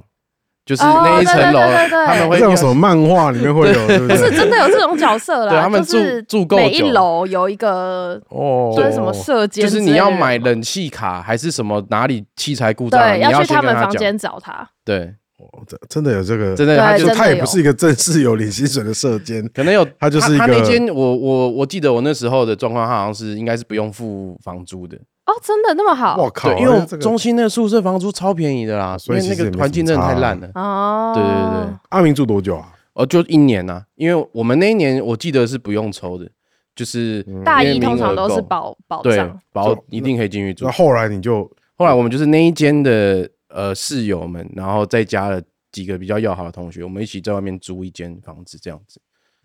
S5: 就是
S6: 哦
S5: 那一层
S6: 对对
S5: 楼，
S6: 对对对
S5: 他们会
S1: 这种什么漫画里面会有，对不
S6: 不是
S1: 对？
S6: 真的有这种角色啦，
S5: 对他们住
S6: 就是
S5: 住够
S6: 每一
S5: 久
S6: 楼有一个
S1: 哦
S6: 就是什么射箭，
S5: 就是你要买。冷气卡还是什么哪里器材故障了，
S6: 对，
S5: 你
S6: 要去
S5: 先
S6: 他
S5: 跟
S6: 们
S5: 他
S6: 房
S5: 讲。
S6: 间找他，
S5: 对，
S1: 哦真真的有这个，
S5: 真的，他
S6: 对
S5: 就
S1: 就
S6: 哎真的
S1: 他也
S6: 有
S1: 不是一个正式有领薪水的射箭，
S5: 可能有
S1: 他就是一
S5: 他
S1: 个
S5: 那间，我我我记得我那时候的状况，他好像是应该是不用付房租的，
S6: 哦，真的那么好
S1: 我靠，哎
S5: 对，因为我们
S1: 这个
S5: 中心那个宿舍房租超便宜的啦，
S1: 所以
S5: 那
S1: 其实也
S5: 那
S1: 没
S5: 个环境真的
S1: 什么
S5: 太
S1: 差啊
S5: 烂了。
S6: 哦，
S5: 对对对对，
S1: 阿明住多久啊？
S5: 我哦，就一年呐、因为我们那一年我记得是不用抽的，就是
S6: 大
S5: 因为
S6: 一通
S5: 名额
S6: 常都是
S5: 够
S6: 保保
S5: 对
S6: 障，
S5: 保
S1: 嗯就
S5: 一定可以进去住
S1: 那。后来你就
S5: 后来我们就是那一间的呃室友们，然后再加了几个比较要好的同学，我们一起在外面租一间房子这样子。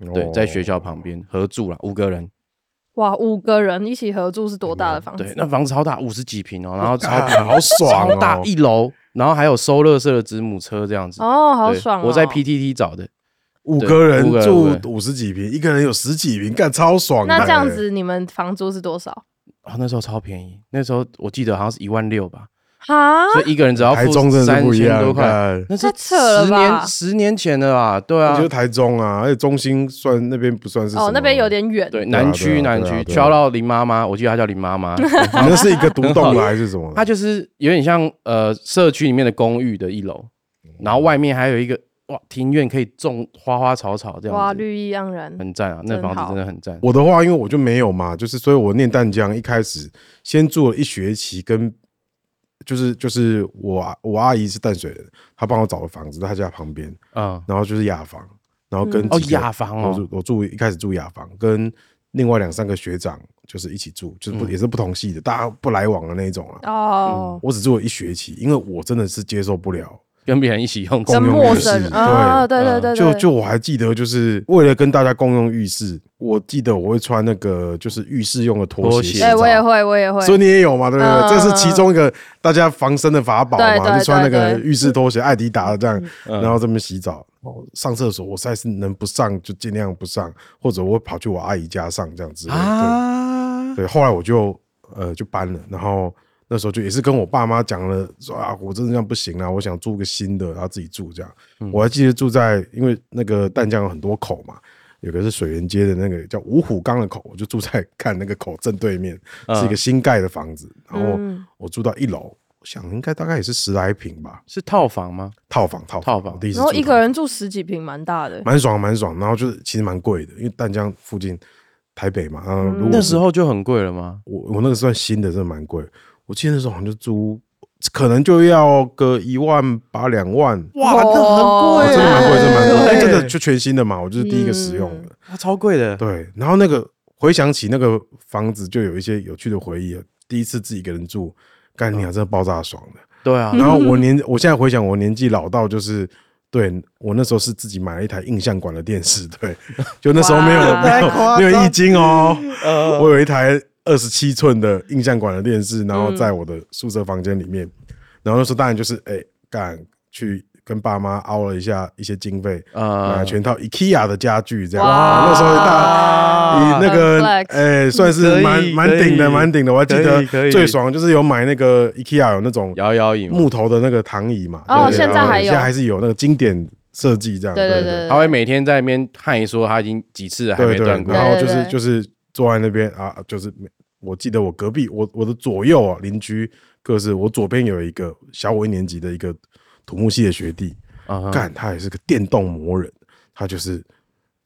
S1: 哦
S5: 对，在学校旁边合住啦，五个人。
S6: 哇，五个人一起合住哦是多大的房
S5: 对
S6: 子，？
S5: 那房子超大，五十几平哦，然后超
S1: 啊好爽
S5: 超大
S1: 哦！
S5: 一楼，然后还有收垃圾的子母车这样子。
S6: 哦，好
S5: 对
S6: 爽哦！
S5: 我在 PTT 找的，
S1: 五
S5: 对
S1: 个人
S5: 五个人
S1: 住
S5: 五个人
S1: 五十几平，一个人有十几平，干超爽的。哎
S6: 那这样子，你们房租是多少？
S5: 哦，那时候超便宜，那时候我记得好像是一万六吧，
S6: 啊，
S5: 所以一个人只要
S1: 台
S5: 付
S1: 中真的是
S5: 三
S1: 不一
S5: 千
S1: 样，
S5: 多块，
S1: 看
S5: 那是
S6: 太扯了
S5: 十
S6: 吧
S5: 年十年前的啦，对
S1: 我
S5: 啊
S1: 觉，得台中啊，而且中心算那边不算是什
S6: 哦
S1: 么，
S6: 那边有，点远，
S5: 对
S1: 啊
S5: 南
S1: 对
S5: 区
S1: 啊
S5: 南
S1: 对啊
S5: 区
S1: 对啊
S5: 敲到林妈妈，我记得她叫林妈 妈，
S1: 你那是一个独栋的还是 什么的？
S5: 它就是有点像呃社区里面的公寓的一楼，
S1: 嗯
S5: 然后外面还有一个哇庭院可以种花花草草这
S6: 哇，
S5: 样子，
S6: 绿意盎然。
S5: 很赞啊！那
S6: 真
S5: 房
S6: 好
S5: 子真的很赞。
S1: 我的话，因为我就没有嘛，就是所以我念淡江一开始先住了一学期跟，就是就是我啊我阿姨是淡水人，她帮我找的房子，她家旁边，
S5: 嗯，
S1: 然后就是雅房，然后跟
S5: 哦
S1: 几个
S5: 雅房
S1: 我
S5: 哦
S1: 住，我住一开始住雅房，跟另外两三个学长就是一起住，就
S5: 嗯
S1: 是不、也是不同系的，大家不来往的那一种啊。
S6: 哦，
S1: 我只住了一学期，因为我真的是接受不了，
S5: 跟别人一起嗯用
S1: 公
S6: 跟
S1: 用
S6: 陌
S1: 浴室
S6: 生人
S1: 对
S6: 啊，对对
S5: 嗯
S6: 对
S1: 就
S6: 对，
S1: 就我还记得，就是为了跟大家共用浴室，我记得我会穿那个就是浴室用的拖
S5: 拖
S1: 鞋
S5: 鞋
S1: 洗
S5: 洗
S1: 澡。
S6: 哎，我也会，我也会，
S1: 所以你也有嘛，对不对？
S6: 嗯
S1: 这是其中一个大家防身的法宝
S6: 对
S1: 嘛，
S6: 对
S1: 就穿那个
S6: 对对
S1: 浴室拖鞋，艾迪达的这样，
S5: 嗯
S1: 然后这么洗澡。哦上厕所我实在是能不上就尽量不上，或者我会跑去我阿姨家上这样子。对
S5: 啊，
S1: 对，后来我就呃就搬了，然后那时候就也是跟我爸妈讲了，说啊我真的这样不行啊，我想住个新的，然后自己住这样。
S5: 嗯
S1: 我还记得住在因为那个淡江有很多口嘛。有个是水源街的那个叫五虎岗的口，我就住在看那个口正对面，
S5: 嗯
S1: 是一个新盖的房子，然后
S6: 嗯
S1: 我住到一楼，我想应该大概也是十来平吧，
S5: 是套房吗？
S1: 套房套
S5: 套
S1: 房，
S5: 房
S1: 我第一次
S6: 然后
S1: 住
S6: 一
S1: 套
S6: 个
S1: 房
S6: 人住十几平，蛮大的。
S1: 蛮爽蛮爽，然后就是其实蛮贵的，因为淡江附近台北嘛，嗯，如果
S5: 那时候就很贵了吗？
S1: 我我那个算新的，真的蛮贵，我记得那时候好像就租，可能就要个一万八两万，啊
S6: 哇那
S1: 真
S6: 很
S1: 的蛮贵，
S6: 哎
S1: 真的蛮贵，
S5: 对
S1: 哎，真的就全新的嘛，我就是第一个使用的，
S5: 啊超贵的。
S1: 对，然后那个回想起那个房子，就有一些有趣的回忆了，第一次自己一个人住，干
S5: 嗯
S1: 你啊，真的爆炸爽的。
S5: 对啊，
S1: 然后我年，我现在回想，我年纪老到就是，对我那时候是自己买了一台印象馆的电视，对，就那时候没有
S6: 哇
S1: 没有
S5: 太
S1: 没有液晶哦，
S5: 呃
S1: 我有一台二十七寸的印象馆的电视，然后在我的宿舍房间里面，然后那时候当然就是哎干去跟爸妈凹了一下一些经费，买了
S5: 呃，
S1: 全套 IKEA 的家具这样，
S6: 哇
S1: 那时候大。
S5: 啊
S1: 以那个
S6: 很 flex
S1: 哎，算是蛮
S5: 可以
S1: 蛮顶
S5: 可
S1: 的，
S5: 以
S1: 蛮顶的。我还记
S5: 可
S1: 得
S5: 以可以
S1: 最爽就是有买那个 IKEA 有那种
S5: 摇摇椅嘛，
S1: 木头的那个躺椅嘛。
S6: 哦
S1: 对
S5: 现在
S1: 然后
S6: 还有
S1: 现在还是有那个经典设计这样。
S6: 对
S1: 对
S6: 对对，
S5: 他会每天在那边喊说他已经几次了还
S1: 对
S5: 没
S1: 对
S5: 断
S1: 对，
S5: 过。
S1: 然后
S6: 对
S1: 就
S6: 对
S1: 是就是坐在那边啊，就是我记得我隔壁我我的左右啊邻居各是我左边有一个小我一年级的一个土木系的学弟，
S5: 啊哈
S1: 干他也是个电动魔人，他就是。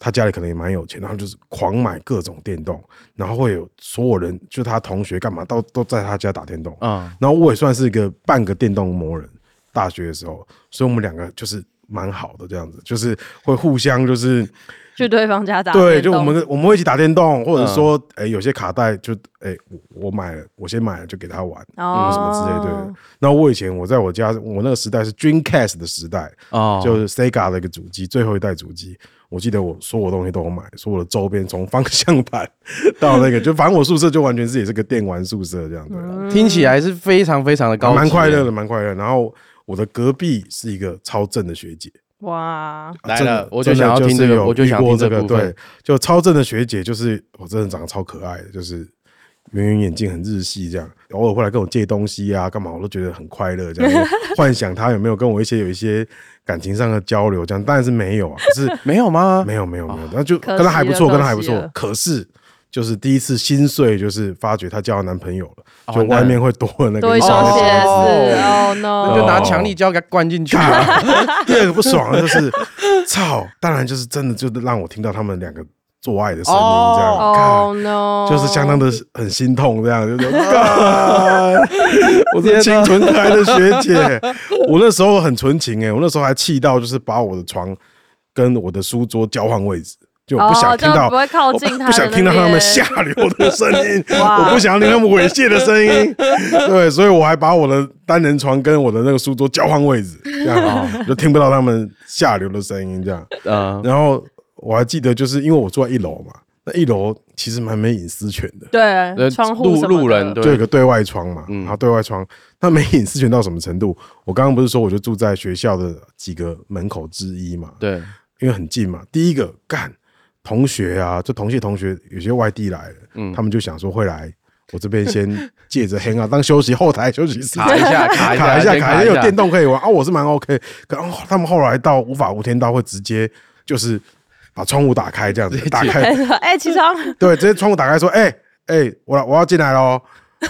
S1: 他家里可能也蛮有钱，然后就是狂买各种电动，然后会有所有人，就他同学干嘛都都在他家打电动，
S5: 嗯，
S1: 然后我也算是一个半个电动魔人，大学的时候，所以我们两个就是蛮好的这样子，就是会互相就是
S6: 去对方家打电动。
S1: 对，就我们我们会一起打电动，
S5: 嗯
S1: 或者说哎、有些卡带就哎、我我买了，我先买了就给他玩。
S6: 哦
S1: 什么之类的。那我以前我在我家，我那个时代是 Dreamcast 的时代，
S5: 哦，
S1: 就是 Sega 的一个主机，最后一代主机。我记得我所有东西都有买，所有的周边从方向盘到那个，就反正我宿舍就完全是也是个电玩宿舍这样子。
S6: 嗯
S1: 对啊
S5: 听起来是非常非常的高级，欸
S1: 蛮快乐的，蛮快乐。然后我的隔壁是一个超正的学姐，
S6: 哇，
S1: 啊
S5: 来
S1: 真的
S5: 了我就
S1: 真的
S5: 想要听
S1: 是
S5: 这个
S1: 有
S5: 我就
S1: 遇
S5: 想听
S1: 过这
S5: 这
S1: 个，
S5: 部分
S1: 对，就超正的学姐，就是我真的长得超可爱的，就是圆圆眼睛，很日系这样，偶尔会来跟我借东西啊，干嘛我都觉得很快乐 这样，我幻想她有没有跟我一些有一些感情上的交流，这样当然是没有啊，可 是
S5: 没有吗？
S1: 没有没有没有，
S5: 哦
S1: 那就
S6: 可
S1: 跟她还
S6: 惜
S1: 不
S6: 了
S1: 错，
S6: 可
S1: 跟她还
S6: 惜
S1: 不错
S6: 了，
S1: 可是。就是第一次心碎，就是发觉她交到男朋友了，
S5: 哦
S1: 就
S5: 完
S1: 外
S5: 蛋
S1: 面会多了那个
S6: 多一双
S1: 双
S6: 鞋
S1: 鞋
S6: 子
S1: 子
S5: 那
S6: 哦 no，
S5: 就拿强力胶给它灌进去啊。
S1: 第二个不爽的就是操，当然就是真的就是让我听到他们两个做爱的声音这样，
S6: 哦 no，
S1: 干就是相当的很心痛这样，就是 干，我是清纯可 欸爱的学姐，我那时候很纯情哎、我那时候还气到就是把我的床。跟我的书桌交换位置，就我
S6: 哦，
S1: 不想
S6: 就
S1: 听到
S6: 不会靠近
S1: 我
S6: 他，
S1: 不想听到他们下。流的声音，
S6: 哇
S1: 我不想听他们猥亵的声 音，对，所以我还把我的单人床跟我的那个书桌交换位置，这样
S6: 哦
S1: 啊，就听不到他们下流的声音，这样。
S5: 嗯，
S1: 然后我还记得，就是因为我住在一楼嘛，那一楼其实蛮没隐私权的，
S5: 呃
S6: 对，窗户
S5: 路
S6: 什么
S5: 路
S6: 的
S5: 人对
S1: 就有个对外窗嘛，
S5: 嗯
S1: 然后对外窗，那没隐私权到什么程度？我刚刚不是说我就住在学校的几个门口之一嘛，
S5: 对，
S1: 因为很近嘛。第一个干同学啊，就同系同学，有些外地来了，
S5: 嗯
S1: 他们就想说会来我这边先借着 hang 啊，当休息后台休息室
S5: 卡一 下，卡一下，
S1: 卡一下
S5: 先
S1: 卡一下，有电动可以玩啊，我是蛮 OK。可、哦、他们后来到无法无天到会直接就是把窗户打开这样子，打开
S6: 哎哎，起床，
S1: 对，直接窗户打开说，哎、哎、我来我要进来喽。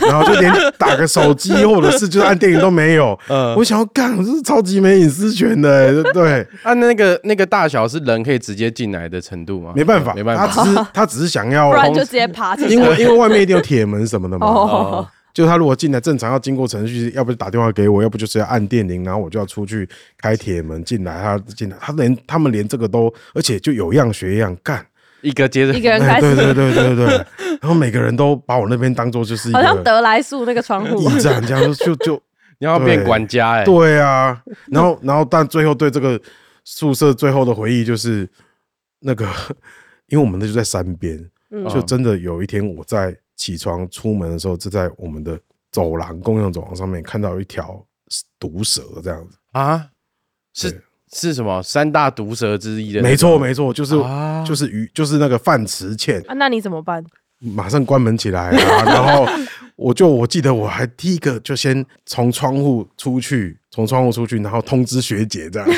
S1: 然后就连打个手机或者是就是按电影都没有，
S5: 嗯
S1: 我想要干，我这是超级没隐私权的、欸，对，
S5: 啊，那个那个大小是人可以直接进来的程度吗？
S1: 没办法，
S5: 没办法。
S1: 他 只是他只是想要
S6: 不然就直接爬起 来。
S1: 因为因为外面一定有铁门什么的嘛，
S6: 哦，
S1: 就他如果进来正常要经过程序，要不就打电话给我，要不就是要按电铃，然后我就要出去开铁门进来，他进来，他连他们连这个都，而且就有样学样干，
S5: 一个接着
S6: 一个人
S1: 哎
S6: 开
S1: 对对
S6: 始，
S1: 对对对，然后每个人都把我那边当做就是一
S6: 好像
S1: 个
S6: 德莱素那个窗户，
S1: 驿站这样，就就就
S5: 你要变管家哎、
S1: 对啊，然后然后但最后对这个宿舍最后的回忆就是那个， 因为我们那就在山边，
S6: 嗯
S1: 就真的有一天，我在起床出门的时候，就在我们的走廊公用走廊上面看到一条毒蛇，这样子。
S5: 啊，是
S1: 对
S5: 是什么三大毒蛇之一的那
S1: 没
S5: 种？
S1: 错，没错，就是、
S5: 啊
S1: 就是鱼，就是那个饭池蚬，
S6: 啊，那你怎么 办？
S1: 马上关门起来啊。然后我就我记得我还第一个就先从窗户出去。从窗户出去，然后通知学姐这样，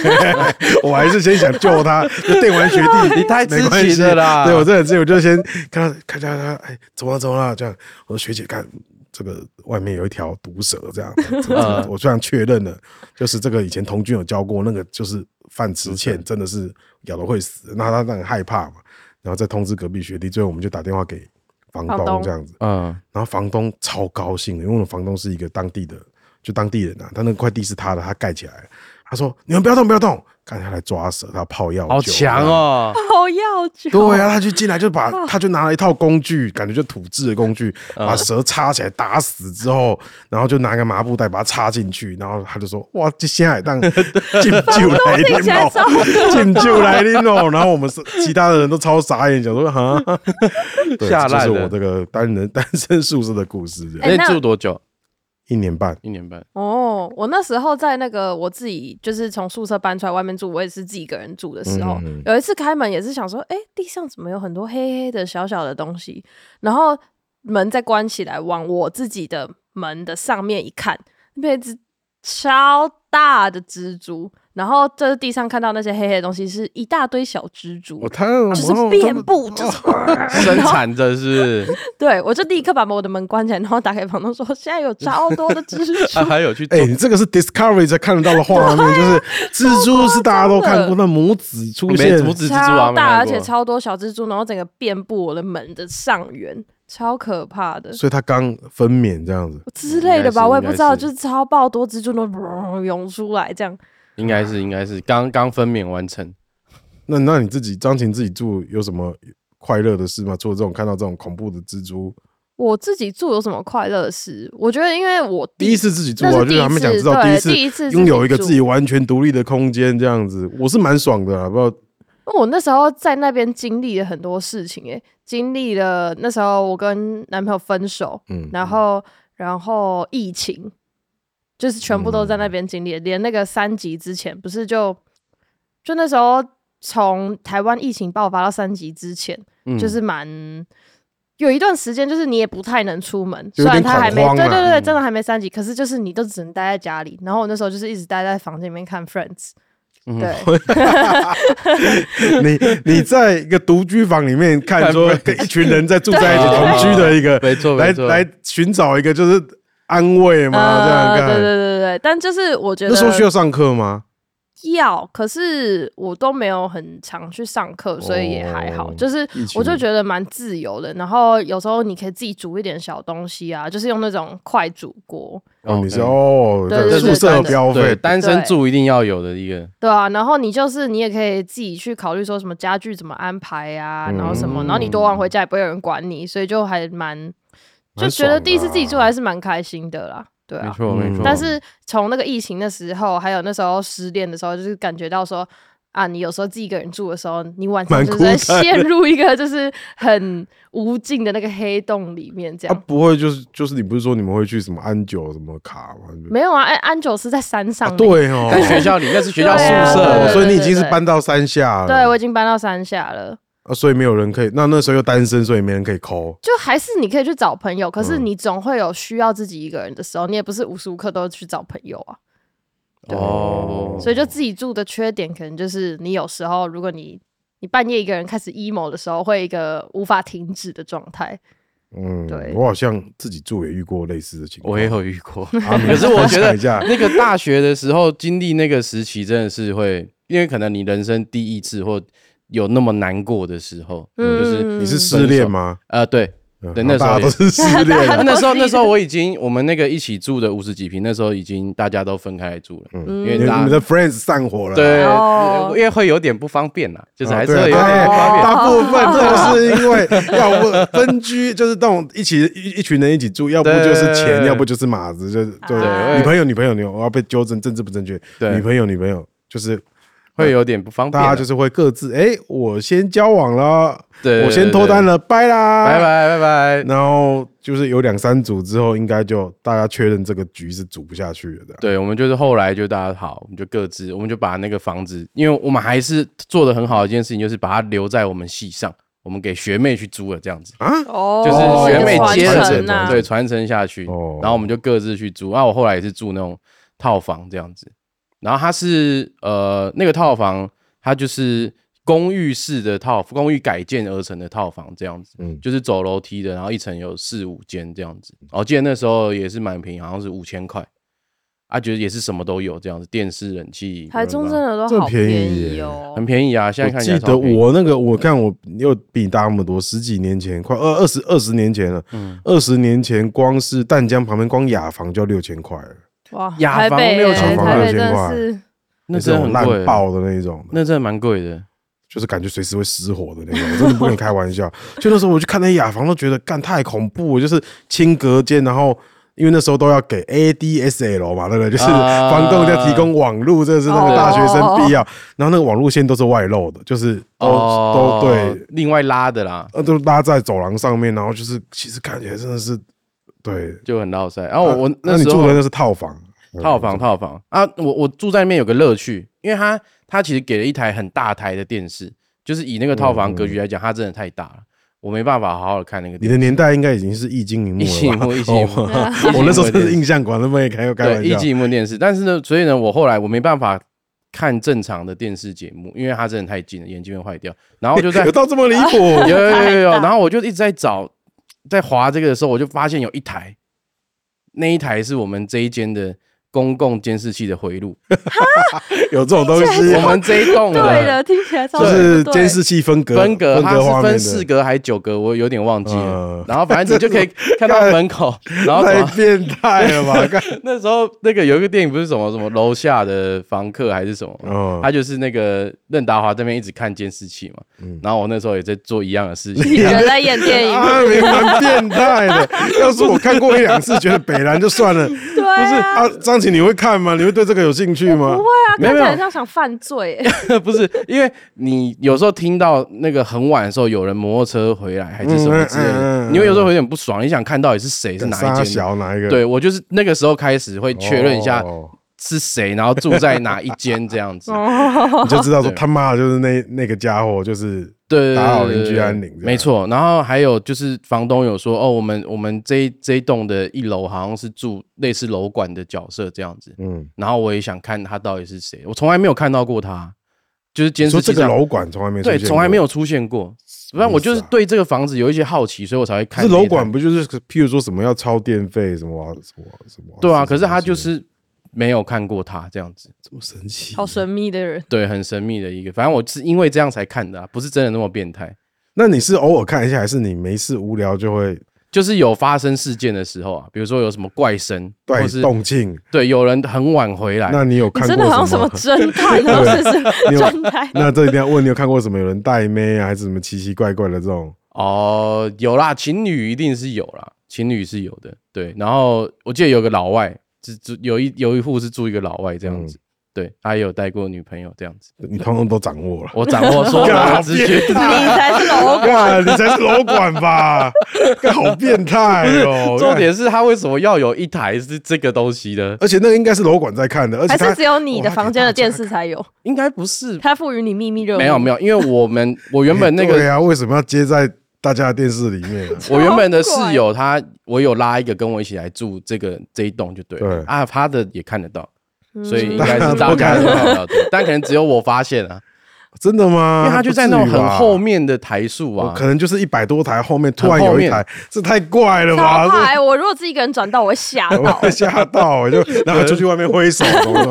S1: 我还是先想救她，就电完学弟，
S5: 你太知
S1: 没关系
S5: 情了啦
S1: 对我真的是，我就先看他看一下他，哎，怎么了怎么了？这样，我说学姐看这个外面有一条毒蛇，这样，这个
S5: 嗯
S1: 我虽然确认了，就是这个以前童军有教过，那个就是饭吃欠，真的是咬了会死，那他那很害怕嘛，然后再通知隔壁学弟，最后我们就打电话给房
S6: 房
S1: 东
S6: 东
S1: 这样子，
S5: 嗯，
S1: 然后房东超高兴的，因为我们房东是一个当地的，就当地人啊，他那块地是他的，他盖起来了，他说你们不要动不要动，看他来抓蛇，他泡药酒，
S5: 好强！哦，
S6: 好要酒，
S1: 对啊，他就进来就把他就拿了一套工具，感觉就土制的工具，
S5: 嗯
S1: 把蛇插起来打死之后，然后就拿个麻布袋把它插进去，然后他就说：“哇，这现 在当进酒来
S6: 听起
S1: 临
S6: 来
S1: 哦
S6: 超，
S1: 进酒来临哦。”然后我们是其他的人都超傻眼，想说：“哈，对
S5: 吓
S1: 这
S5: 烂
S1: 就是我
S5: 了。
S1: 这个单人单身宿舍的故事，这样
S6: 哎
S5: 那
S6: 那
S5: 住多久？
S1: 一年半。
S5: 一年半。
S6: 哦，我那时候在那个我自己就是从宿舍搬出来外面住，我也是自己一个人住的时候，
S1: 嗯嗯嗯
S6: 有一次开门也是想说，哎、地上怎么有很多黑黑的小小的东西？然后门再关起来，往我自己的门的上面一看，那边一只超大的蜘蛛。然后这地上看到那些黑黑的东西，是一大堆小蜘蛛，
S1: 我他就
S6: 就是遍 布，就是
S1: 啊
S5: 生产着是不是，
S6: 对我就立刻把我的门关起来，然后打给房东说，现在有超多的蜘
S5: 啊、
S6: 蛛。
S5: 还有去做
S1: 哎、你这个是 Discovery 才看得到的画面，
S6: 啊
S1: 就是蜘蛛是大家都看过，那母子出
S5: 没
S1: 现，
S5: 阻止蜘蛛
S6: 超
S5: 啊，没
S6: 大，而
S5: 看过
S6: 且超多小蜘蛛，然后整个遍布我的门的上缘，超可怕的
S1: 所以他刚分娩这样子，
S6: 之类的
S5: 应该
S6: 吧，
S5: 是
S6: 我也不知道，
S5: 应该
S6: 就是是超爆多蜘蛛都涌出来，这样
S5: 应该是应该是刚刚分娩完成。
S1: 那那你自己张琴自己住有什么快乐的事吗？做这种看到这种恐怖的蜘蛛，
S6: 我自己住有什么快乐的事？我觉得因为我
S1: 第一次自己住
S6: 那
S1: 啊，
S6: 是
S1: 就
S6: 第
S1: 是
S6: 一
S1: 他们想
S6: 次
S1: 知道
S6: 对
S1: 一次
S6: 第一次自己
S1: 拥有一个
S6: 住
S1: 自己完全独立的空间这样子，我是蛮爽的啊，不知道
S6: 因为我那时候在那边经历了很多事情、欸，经历了那时候我跟男朋友分手，
S1: 嗯
S6: 然后然后疫情，就是全部都在那
S1: 嗯
S6: 边经历，连那个三级之前不是就就那时候从台湾疫情爆发到三级之前，
S5: 嗯，
S6: 就是蛮有一段时间，就是你也不太能出门，
S1: 就
S6: 虽
S1: 有
S6: 然
S1: 点
S6: 他还没
S1: 恐慌
S6: 对
S1: 啊
S6: 对对，
S5: 嗯
S6: 真的还没三级，可是就是你都只能待在家里，然后我那时候就是一直待在房间里面看 Friends，
S5: 嗯
S6: 对。
S1: 你你在一个独居房里面看 说跟一群人在住在一起同居的一个，
S5: 嗯没错
S1: 来
S5: 没错
S1: 来寻找一个就是安慰嘛，这样
S6: 呃，对对
S1: 看。
S6: 对对，但就是我觉得
S1: 那时候需要上课吗？
S6: 要，可是我都没有很常去上课，所以也还好。
S1: 哦
S6: 就是
S1: 疫情
S6: 我就觉得蛮自由的。然后有时候你可以自己煮一点小东西啊，就是用那种快煮锅，
S1: 哦，你是
S5: 哦嗯
S1: 哦，
S6: 对对对
S1: 宿舍
S6: 对
S1: 有
S6: 对
S1: 标
S5: 对
S1: 费，
S5: 单身
S6: 对
S5: 住一定要有的一个，
S6: 对啊。然后你就是你也可以自己去考虑说什么家具怎么安排啊，然后什么，然后你多玩回家也不会有人管你，所以就还蛮
S1: 嗯
S6: 就
S1: 蛮
S6: 觉得
S1: 爽
S6: 第一次
S1: 的
S6: 自己住
S1: 啊
S6: 还是蛮开心的啦。对啊，
S5: 没
S1: 嗯
S5: 错没错。
S6: 但是从那个疫情的时候，还有那时候失恋的时候，就是感觉到说啊，你有时候自己一个人住的时候，你晚上
S1: 蛮
S6: 就是
S1: 孤
S6: 在
S1: 单的
S6: 陷入一个就是很无尽的那个黑洞里面，这
S1: 啊，
S6: 样。
S1: 不会就是就是你不是说你们会去什么安久什么卡吗？
S6: 没有啊，安安久是在山上、
S1: 啊，。对哦，
S5: 在学校里那是学校
S6: 对
S5: 宿
S6: 啊
S5: 舍
S1: 哦
S5: 的，
S1: 所以你已
S6: 对
S1: 经是
S6: 对
S1: 搬到山下了，
S6: 对，我已经搬到山下了，
S1: 啊，所以没有人可以，那那时候又单身，所以没人可以抠。
S6: 就还是你可以去找朋友，可是
S1: 嗯
S6: 你总会有需要自己一个人的时候，你也不是无时无刻都去找朋友啊。
S5: 哦，
S6: 所以就自己住的缺点，可能就是你有时候，如果你你半夜一个人开始 emo 的时候，会一个无法停止的状态。
S1: 嗯，
S6: 对
S1: 我好像自己住也遇过类似的情况。
S5: 我也有遇过。
S1: 阿明，
S5: 可是我
S1: 啊分
S5: 觉
S1: 享
S5: 得
S1: 一下，
S5: 那个大学的时候经历那个时期，真的是会，因为可能你人生第一次或有那么难过的时候，
S6: 嗯
S5: 就是
S1: 你是失恋吗？
S5: 呃，对，
S1: 嗯
S5: 对那时候
S1: 大家都是失恋
S5: 啊
S1: 啊，
S5: 那时候那时候我已经我们那个一起住的五十几平，那时候已经大家都分开住了，因为
S1: 你
S5: 大
S1: 们
S5: 家
S1: 的 friends 散伙了。
S5: 对，
S6: 哦
S5: 因为会有点不方便啦，就是
S1: 啊
S5: 还是
S1: 对啊
S5: 会有点
S1: 大
S5: 不方便。
S1: 大部分都是因为要不分居，就是那种一起一一群人一起住，要不就是
S5: 对
S1: 钱，要不就是马子，就是就是
S6: 对
S1: 女朋友女朋友女朋友，我要被纠正政治不正确，
S5: 对
S1: 女朋友女朋友就是
S5: 会有点不方便啊，
S1: 大家就是会各自哎，我先交往了，
S5: 对
S1: 我先脱单，了，拜啦，
S5: 对对对拜。拜拜拜。
S1: 然后就是有两三组之后，应该就大家确认这个局是组不下去了的。
S5: 对，我们就是后来就大家好，我们就各自，我们就把那个房子，因为我们还是做的很好的一件事情，就是把它留在我们系上，我们给学妹去租了这样子。
S1: 啊
S6: 哦
S5: 就是学妹接
S1: 传
S5: 着
S1: 承
S6: 呐、
S1: 啊
S5: 对，传承下去。
S1: 哦
S5: 然后我们就各自去住。啊，我后来也是住那种套房这样子。然后它是呃，那个套房它就是公寓式的套，公寓改建而成的套房这样子，
S1: 嗯
S5: 就是走楼梯的，然后一层有四五间这样子。我记得那时候也是蛮便宜，好像是五千块。啊，觉得也是什么都有这样子，电视、冷气，
S6: 台中真
S5: 巴拉巴
S6: 的
S1: 这
S6: 都好
S1: 便宜
S6: 宜
S1: 耶
S6: 哦
S5: 拉，很便宜啊。现在
S1: 我
S5: 看起
S1: 记
S5: 来
S1: 得
S5: 超便宜
S1: 我那个，我看我又比你大那么多，十几年前，快呃二二十二十年前了。
S5: 嗯
S1: 二十年前，光是淡江旁边光雅房就要六千块了，
S6: 哇，
S5: 雅
S6: 台
S5: 房
S6: 北耶
S5: 6000
S1: 块
S6: 台北真
S1: 6000块
S6: 的是
S5: 那
S1: 是
S5: 真的很
S1: 烂
S5: 贵，
S1: 爆的那一种的，
S5: 那真的蛮贵的。
S1: 就是感觉随时会失火的那种，我真的不跟你开玩笑。就那时候我去看那雅房，都觉得干太恐怖了，就是轻隔间，然后。因为那时候都要给 ADSL 嘛，对不对？就是
S5: 啊哦
S1: 房东在提供网路，这是那个大学生必要。然后那个网路线都是外露的，就是都
S5: 哦，
S1: 都对，
S5: 另外拉的啦，
S1: 呃，都拉在走廊上面，然后就是其实看起来真的是，对。
S5: 就很闹塞。然哦后我我
S1: 啊那你
S5: 时
S1: 住
S5: 候
S1: 的那是套房，嗯
S5: 套房套房啊，我我住在那边有个乐趣，因为它它其实给了一台很大台的电视，就是以那个套房格局来讲，它真的太大了，我没办法好好的看那个
S1: 嗯你
S5: 电视。
S1: 的年代应该已经是液晶屏幕
S5: 一起一
S1: 了吧？哦
S5: 幕一起一 幕，
S1: 我那时候真是印象馆，那么也开开
S5: 对
S1: 玩
S5: 一
S1: 笑
S5: 起。一幕电视，但是呢，所以呢，我后来我没办法看正常的电视节目，因为它真的太近了，眼睛会坏掉。然后就 在
S1: 有到这么离谱？
S5: 有有有有有，
S6: 太大
S5: 然后我就一直在找，在划这个的时候，我就发现有一台，那一台是我们这一间的公共监视器的回路，
S1: 有这种东西
S5: 我？们这一栋
S6: 对
S5: 的
S6: 的，听起来超
S1: 就是
S6: 对
S1: 监视器分隔
S5: 分隔，它
S1: 分隔
S5: 是
S1: 画
S5: 分
S1: 面
S5: 四
S1: 的，
S5: 格还是九格，我有点忘记了
S1: 嗯。
S5: 然后反正你就可以看到门 口，然后什
S1: 太
S5: 么
S1: 变态了 吧？干
S5: 那时候那个有一个电影不是什么什么楼下的房客还是什么，
S1: 嗯
S5: 他就是那个任达华这边一直看监视器嘛，
S1: 嗯
S5: 然后我那时候也在 做一样的事情，
S6: 人在演电影，
S1: 啊，你蛮变态的。要是我看过一两次，觉得北兰就算了。
S6: 对
S1: 不是
S6: 啊，
S1: 啊，张琴，你会看吗？你会对这个有兴趣吗？
S6: 不会啊，
S5: 没有
S6: 看
S5: 没
S6: 起
S5: 有
S6: 来像想犯罪 耶，
S5: 不是，因为你有时候听到那个很晚的时候有人摩托车回来还是什么之类
S1: 嗯嗯嗯
S5: 的，
S1: 嗯
S5: 你会有时候有点不爽，你想看到底是谁是
S1: 跟
S5: 哪
S1: 沙
S5: 一间的。
S1: 小哪一个？
S5: 对我就是那个时候开始会
S1: 哦，
S5: 确认一下是谁，然后住在哪一间这样
S1: 哦
S5: 子。
S1: 你就知道说
S5: 对
S1: 他妈的就是那那个家伙，就是
S5: 对，对
S1: 打扰
S5: 对对
S1: 邻居
S5: 对
S1: 安宁这样
S5: 没错，然后还有就是房东有说，哦，我们我们这一这一栋的一楼好像是住类似楼管的角色这样子，
S1: 嗯，
S5: 然后我也想看他到底是谁，我从来没有看到过他，就是监
S1: 你
S5: 视
S1: 说
S5: 器
S1: 这个
S5: 上
S1: 楼管从来没出
S5: 对，
S1: 现
S5: 从来没
S1: 过。
S5: 有出现过。反正我就是对这个房子有一些好奇，所以我才会
S1: 可
S5: 看。
S1: 是楼管，不就是，譬如说什么要超电费什么啊什么啊什么？
S5: 对啊，可是他就是没有看过他这样子，
S1: 这么神奇，
S6: 好神秘的人，
S5: 对，很神秘的一个。反正我是因为这样才看的、啊，不是真的那么变态。
S1: 那你是偶尔看一下，还是你没事无聊就会
S5: 就是有发生事件的时候啊，比如说有什么怪声，
S1: 对
S5: 或是哎
S1: 动静？
S5: 对有人很晚回来，
S1: 那你有
S6: 你
S1: 看
S6: 真的好
S1: 过
S6: 像什么侦探或者
S1: 你
S6: 是
S1: 有。
S6: 状态
S1: 那这一定要问你有看过什么？有人带妹啊，还是什么奇奇怪怪的这种？
S5: 哦，有啦，情侣一定是有啦，情侣是有的，对。然后我记得有个老外，只住有一有一户是住一个老外这
S1: 嗯
S5: 样子，对他也有带过女朋友这样子。
S1: 你通通都掌握了。
S5: 我掌握所有的
S1: 干
S5: 资讯，
S1: 变态
S6: 你才是老
S1: 干，你才是楼管 吧？干好变态哦！
S5: 重点是他为什么要有一台是这个东西呢？
S1: 而且那个应该是楼管在看的，而且
S6: 还
S1: 他
S6: 是只有你
S1: 哇
S6: 的
S1: 他
S6: 房
S1: 给
S6: 间的
S1: 大家
S6: 电视才有，
S5: 应该不是，
S6: 它赋予你秘密任务。
S5: 没有没有，因为我们 我原本那
S1: 对
S5: 个
S1: 啊，为什么要接在大家的电视 里面啊？
S5: 我原本的室友他，我有拉一个跟我一起来住这个这一栋就对了
S1: 对
S5: 啊，他的也看得到，
S6: 有
S5: 所以应该是大家都看 得到的，但可能只有我发现啊，
S1: 真的吗？
S5: 因为他就在那种
S1: 不至于
S5: 很
S1: 吧
S5: 后，面的台数
S1: 我
S5: 啊
S1: 可，能就是一百多台后面突然
S5: 很后
S1: 有一
S5: 面
S1: 台，这太怪了吧？
S6: 超
S1: 这
S6: 怕欸！我如果自己一个人转到，我会吓
S1: 我
S6: 到。
S1: 会吓到，我就然后出去外面挥手，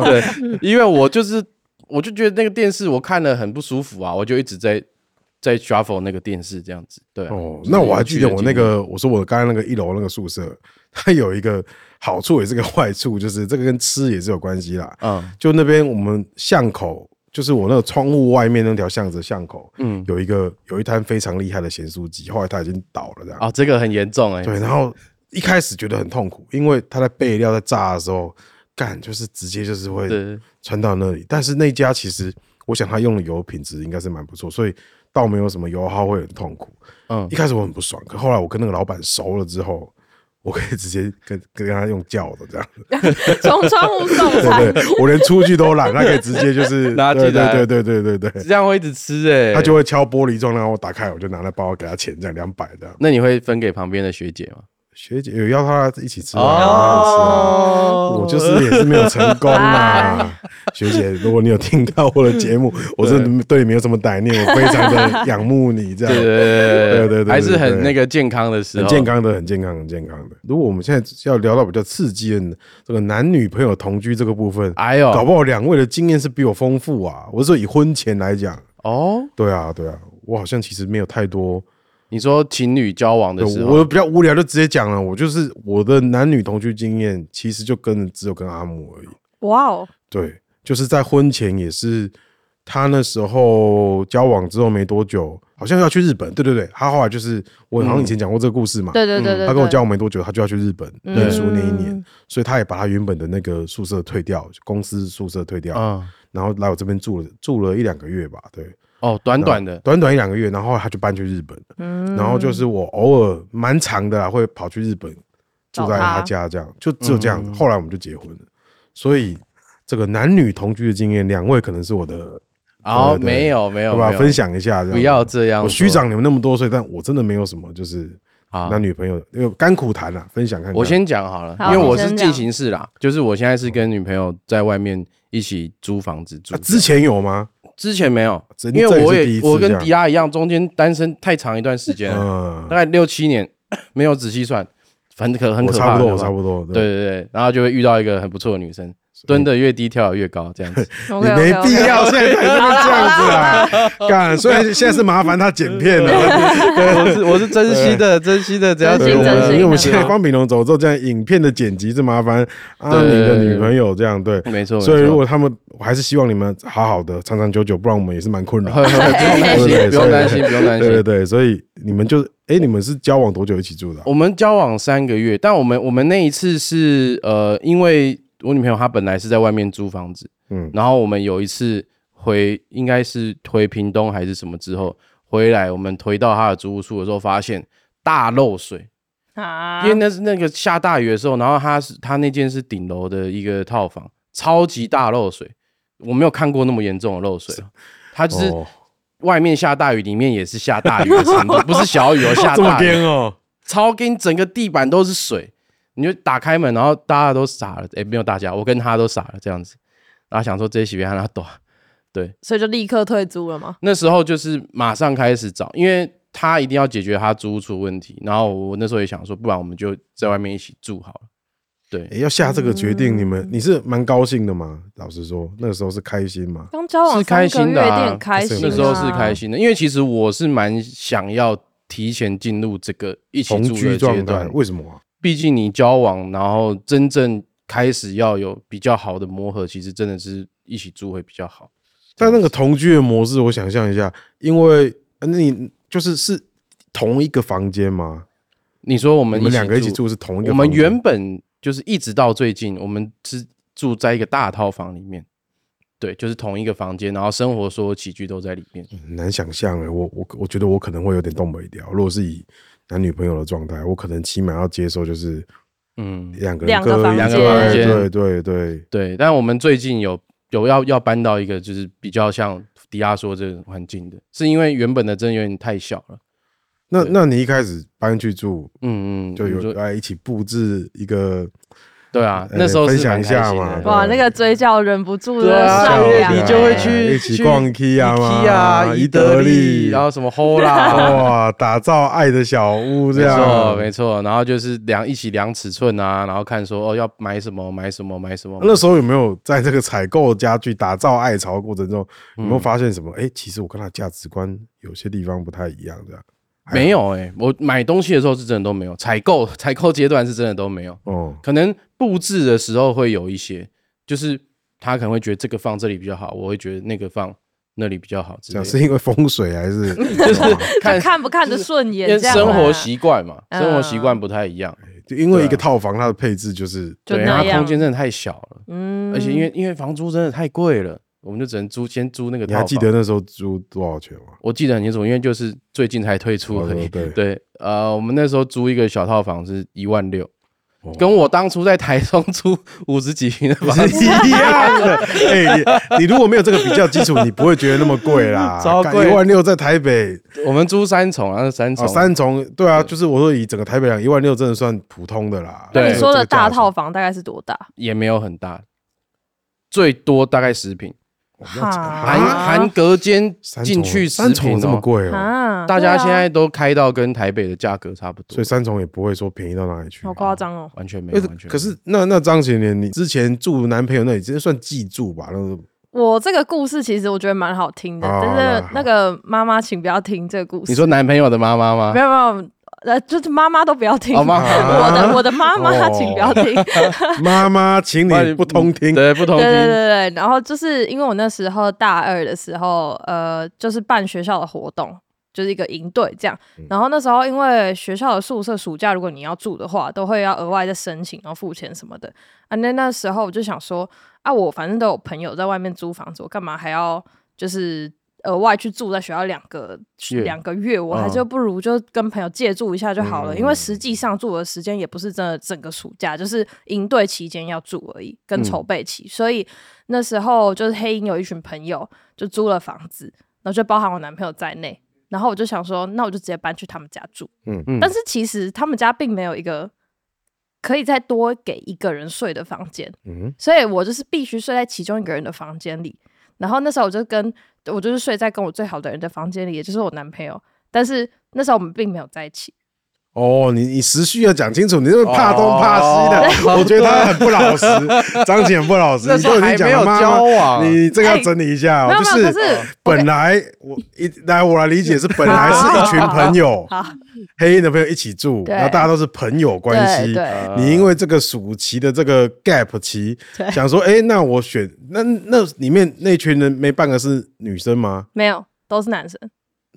S5: 对，因为我就是我就觉得那个电视我看了很不舒服啊，我就一直在在 shuffle 那个电视这样子，对啊、
S1: 哦，
S5: 就是
S1: 那我还
S5: 有趣
S1: 记得
S5: 的
S1: 我
S5: 经
S1: 那
S5: 历
S1: 个，我说我刚刚那个一楼那个宿舍，它有一个好处也是个坏处，就是这个跟吃也是有关系啦。
S5: 嗯
S1: 就那边我们巷口，就是我那个窗户外面那条巷子的巷口，嗯，有一个有一摊非常厉害的咸酥鸡，后来它已经倒了这样。
S5: 啊，这个很严重哎、
S1: 对，然后一开始觉得很痛苦，因为它在备料在炸的时候，干就是直接就是会
S5: 对
S1: 传到那里。但是那家其实，我想他用的油品质应该是蛮不错，所以倒没有什么油耗会很痛苦。
S5: 嗯
S1: 一开始我很不爽，可后来我跟那个老板熟了之后，我可以直接跟跟他用叫的这样，
S6: 从窗户送
S1: 对
S6: 餐
S1: 不， 对？我连出去都懒，他可以直接就是
S5: 拿进
S1: 对
S5: 来
S1: 对对对对对 对，
S5: 这样会一直吃哎、
S1: 他就会敲玻璃窗，然后我打开，我就拿那包给他钱，这样两百这样。
S5: 那你会分给旁边的学姐吗？
S1: 学姐有要他一起吃啊，
S5: 哦
S1: 当然吃啊。
S6: 哦
S1: 我就是也是没有成 功啦，
S5: 哎
S1: 学姐，如果你有听到我的节目，我真的对你没有什么歹念，我非常的仰慕你，这
S5: 对对
S1: 样
S5: 对
S1: 对对对
S5: 还是很
S1: 对
S5: 那个健康的时候，
S1: 很健康的，很健康，很健康的。如果我们现在要聊到比较刺激的这个男女朋友同居这个部分，
S5: 哎呦，
S1: 搞不好两位的经验是比我丰富啊。我是说以婚前来讲，
S5: 哦，
S1: 对啊，对啊，我好像其实没有太多，
S5: 你说情侣交往的时
S1: 我
S5: 候，
S1: 比较无聊就直接讲了，我就是我的男女同居经验其实就跟只有跟阿木而已。
S6: 哇哦，
S1: 对，就是在婚前也是，他那时候交往之后没多久，好像要去日本。对对对，他后来就是我好像以前讲过这个故事嘛，
S6: 嗯对对对对，
S1: 嗯他跟我
S6: 对
S1: 交往没多久，他就要去日本
S6: 嗯
S1: 念书那一年，所以他也把他原本的那个宿舍退掉，公司宿舍退
S6: 哦
S1: 掉，
S5: 嗯，
S1: 然后来我这边住了住了一两个月吧，对，
S5: 哦，短短的，嗯
S1: 短短一两个月，然后他就搬去日本了，然后就是我偶尔蛮长的啦，会跑去日本住
S6: 找
S1: 在
S6: 他
S1: 他家，这样就只有这样
S5: 嗯
S1: 子。后来我们就结婚了，所以这个男女同居的经验，两位可能是我的，
S5: 哦，
S1: 对对
S5: 没有没有，
S1: 对吧？
S5: 没有
S1: 分，享一下，
S5: 不要。这样说，
S1: 我虚长你们那么多岁，但我真的没有什么就是
S5: 好
S1: 男女朋友因为甘苦谈啊，分享看看。
S5: 我先讲好了，
S6: 好
S5: 因为我
S6: 你
S5: 是
S6: 先
S5: 进
S6: 讲
S5: 行式啦，就是我现在是跟女朋友在外面一起租房子住
S1: 啊，，之前有吗？
S5: 之前没有，
S1: 这
S5: 因为我
S1: 这也是第一
S5: 也
S1: 次
S5: 我跟
S1: 这样
S5: 迪拉一样，中间单身太长一段时间了，
S1: 嗯
S5: 大，概六七年， 没有仔细算，很可很
S1: 我
S5: 可
S1: 差
S5: 怕，
S1: 不多，
S5: 很
S1: 我
S5: 可怕
S1: 差不多。
S5: 对，对对，然后就会遇到一个很不错的女生，蹲的越低，跳的越高，这样 子。
S1: 你
S6: 嗯 OK，OK，OK
S1: 没必要现在才这么这 样子啊！干，虽然现在是麻烦他剪片了，
S5: 我是我是珍惜的，珍惜的，只要
S6: 真
S1: 对，
S6: 心
S1: 我
S6: 真
S1: 们
S6: 心
S1: 因为我们
S6: 的
S1: 现在方炳龙走之后，这样影片的剪辑是麻烦阿
S5: 对
S1: 明的女朋友这样对，
S5: 没错，
S1: 所以
S5: 没错
S1: 如果他们，我还是希望你们好好的长长久久，不然我们也是蛮困扰
S5: 呵
S1: 的。
S5: 呵 不用担心，不用担心，不用担
S1: 对对
S5: 心。
S1: 对，所以你们就哎，你们是交往多久一起住的啊？
S5: 我们交往三个月，但我们我们那一次是呃，因为我女朋友她本来是在外面租房子，
S1: 嗯，
S5: 然后我们有一次回，应该是回屏东还是什么之后回来，我们回到她的租屋处的时候，发现大漏水，
S6: 啊
S5: 因为那是那个下大雨的时候，然后他是他那间是顶楼的一个套房，超级大漏水，我没有看过那么严重的漏水啊，它就是
S1: 哦
S5: 外面下大雨，里面也是下大雨的程度，不是小雨哦，下
S1: 这么
S5: 大雨，
S1: 颠哦，
S5: 超跟整个地板都是水，你就打开门，然后大家都傻了，诶，没有大家，我跟他都傻了这样子，然后想说这些别让他躲，
S6: 所以就立刻退租了嘛。
S5: 那时候就是马上开始找，因为他一定要解决他租屋处的问题。然后我那时候也想说，不然我们就在外面一起住好了。对
S1: 诶要下这个决定，你们你是蛮高兴的吗？老实说，那个时候是开心吗？
S6: 刚交往
S5: 是开
S6: 三个
S5: 心
S6: 月
S5: 的、
S6: 一定
S5: 啊
S6: 很，开心、啊，
S5: 那时候是开。心的，因为其实我是蛮想要提前进入这个一起
S1: 同
S5: 住的
S1: 居
S5: 阶
S1: 状态
S5: 段，
S1: 为什么啊？
S5: 毕竟你交往，然后真正开始要有比较好的磨合，其实真的是一起住会比较好。
S1: 但那个同居的模式，我想象一下，因为呃那你就是是同一个房间吗？
S5: 你说我
S1: 我
S5: 们
S1: 们两个一起
S5: 住，
S1: 住是同一个
S5: 我们
S1: 房间？
S5: 原本就是一直到最近，我们是住在一个大套房里面，对，就是同一个房间，然后生活所有起居都在里面。
S1: 很难想象哎，我我我觉得我可能会有点动不掉。如果是以男女朋友的状态，我可能起码要接受就是
S5: 嗯，
S1: 两个人
S6: 两
S1: 各
S6: 个
S1: 一
S6: 房
S5: 间
S1: 对
S5: 两个
S1: 对
S5: 房
S1: 对对，
S5: 对，但我们最近有有要要搬到一个就是比较像迪亚说这个环境的，是因为原本的真的有点太小了。
S1: 那那你一开始搬去住，
S5: 嗯嗯，
S1: 就
S5: 你
S1: 有
S5: 说
S1: 来一起布置一个，
S5: 对啊，
S1: 呃
S5: 那时候是
S1: 分享
S5: 蛮
S1: 一下
S5: 开心
S1: 嘛
S5: 的
S1: 对
S6: 哇，那个嘴角忍不住
S5: 对
S6: 的
S5: 啊
S6: 上
S5: 下
S6: 扬、
S5: 月
S6: 欸，
S5: 你就会去
S1: 一
S5: 去
S1: 起逛 K 啊嘛
S5: Ikea 啊、伊
S1: 德
S5: 德利，然后什么 Hola，
S1: 哇，打造爱的小屋这
S5: 啊 没错
S1: 样。
S5: 没错，然后就是量一起量尺寸啊，然后看说哦要买什么买什么买什么。
S1: 那时候有没有在这个采购家具、打造爱巢的过程中，有没有
S5: 嗯
S1: 发现什么？哎，其实我跟他价值观有些地方不太一样，这样还
S5: 没有哎、我买东西的时候是真的都没有，采购 采购阶段是真的都没有，
S1: 哦。
S5: 可能布置的时候会有一些，就是他可能会觉得这个放这里比较好，我会觉得那个放那里比较好之
S1: 这
S5: 类
S1: 样
S5: 的，
S1: 是因为风水 还是
S5: 就是看
S6: 就看不看得顺
S5: 因
S6: 眼，
S5: 为
S6: 这样
S5: 生活
S6: 啊
S5: 习惯嘛，
S6: 嗯
S5: 生活习惯不太一样，
S1: 就因为一个套房它的配置就是
S6: 就
S5: 对，
S6: 那
S5: 它
S6: 样
S5: 空间真的太小了，
S6: 嗯，
S5: 而且因为因为房租真的太贵了，我们就只能租先租那个
S1: 你
S5: 套
S1: 还
S5: 房。
S1: 记得？那时候租多少钱吗？
S5: 我记得很清楚，因为就是最近才推出
S1: 哦
S5: 而已。
S1: 对
S5: 呃，我们那时候租一个小套房是一万六
S1: 哦，
S5: 跟我当初在台中租五十几平的房
S1: 是
S5: 子
S1: 一样的，哎，你你如果没有这个比较基础，你不会觉得那么贵啦，
S5: 超贵
S1: 一万六在台北
S5: 我们租三重，然后三重、
S1: 哦，三重对啊，就是我说以整个台北来讲，一万六真的算普通的啦。
S5: 对
S6: 那你说的大套
S1: 房，
S6: 房大概是多大？
S5: 也没有很大，最多大概十平，
S6: 哈
S5: 含含隔间
S1: 啊三重啊
S5: 进去十
S1: 三
S5: 平、
S1: 重
S5: 哦、
S1: 这么，贵哦，
S6: 啊，
S5: 大
S6: 对
S5: 家
S6: 啊
S5: 现在都开到跟台北的价格差不多，
S1: 所以三重也不会说便宜到哪里去
S6: 好。夸张哦，
S5: 完全没
S1: 可
S5: 有，
S1: 是
S5: 完全没有
S1: 可是那那张贤年，你之前住男朋友那里，直接算寄住吧？那个
S6: 我这个故事其实我觉得蛮好听的，
S1: 哦
S6: 但
S1: 好
S6: 是
S1: 好
S6: 那个妈妈请不要听这个故事。
S5: 你说男朋友的妈妈吗
S6: 没？有啊没有，呃，就是妈妈都不要听。
S5: 哦妈妈
S6: 我的我的妈妈
S1: 哦
S6: 请不要听。
S1: 妈妈，请你不通听，
S5: 对，不通
S6: 对对
S5: 听，
S6: 对对，然后就是因为我那时候大二的时候，呃，就是办学校的活动，就是一个营队这样。
S5: 嗯
S6: 然后那时候因为学校的宿舍暑假如果你要住的话，都会要额外再申请，然后付钱什么的。啊，那那时候我就想说，啊，我反正都有朋友在外面租房子，我干嘛还要就是。额外去住在学校两个
S5: 月
S6: 两个月，我还
S5: 嗯
S6: 就不如就跟朋友借住一下就好了，因为实际上住的时间也不是真的整个暑假，就是营队期间要住而已，跟
S5: 嗯
S6: 筹备期。所以那时候就是黑鹰有一群朋友就租了房子，然后就包含我男朋友在内，然后我就想说，那我就直接搬去他们家住。
S5: 嗯
S6: 但是其实他们家并没有一个可以再多给一个人睡的房间，
S1: 嗯
S6: 所以我就是必须睡在其中一个人的房间里。然后那时候我就跟我就是睡在跟我最好的人的房间里，也就是我男朋友。但是那时候我们并没有在一起，
S1: 哦，你你时序要讲清楚，你这怕东怕西的，
S5: 哦
S1: 我觉得他很不老 实，张姐很不老实。
S5: 那
S1: 你
S5: 时候
S1: 都已经
S5: 还
S1: 讲
S5: 没有哎
S1: 了妈妈
S5: 交往
S1: 你这个要整理一下
S6: 没
S1: 哦，
S6: 有
S1: 就
S6: 没有，可是
S1: 本来我一来我来理解是本来是一群朋 友，
S6: 好
S1: 黑鹰的朋友一起住，
S6: 对
S1: 然后大家都是朋友关
S6: 对
S1: 系。
S6: 对
S1: 你因为这个暑期的这个 gap 期，想说，哎，那我选那那里面那群人没半个是女生吗？
S6: 没有都是男生。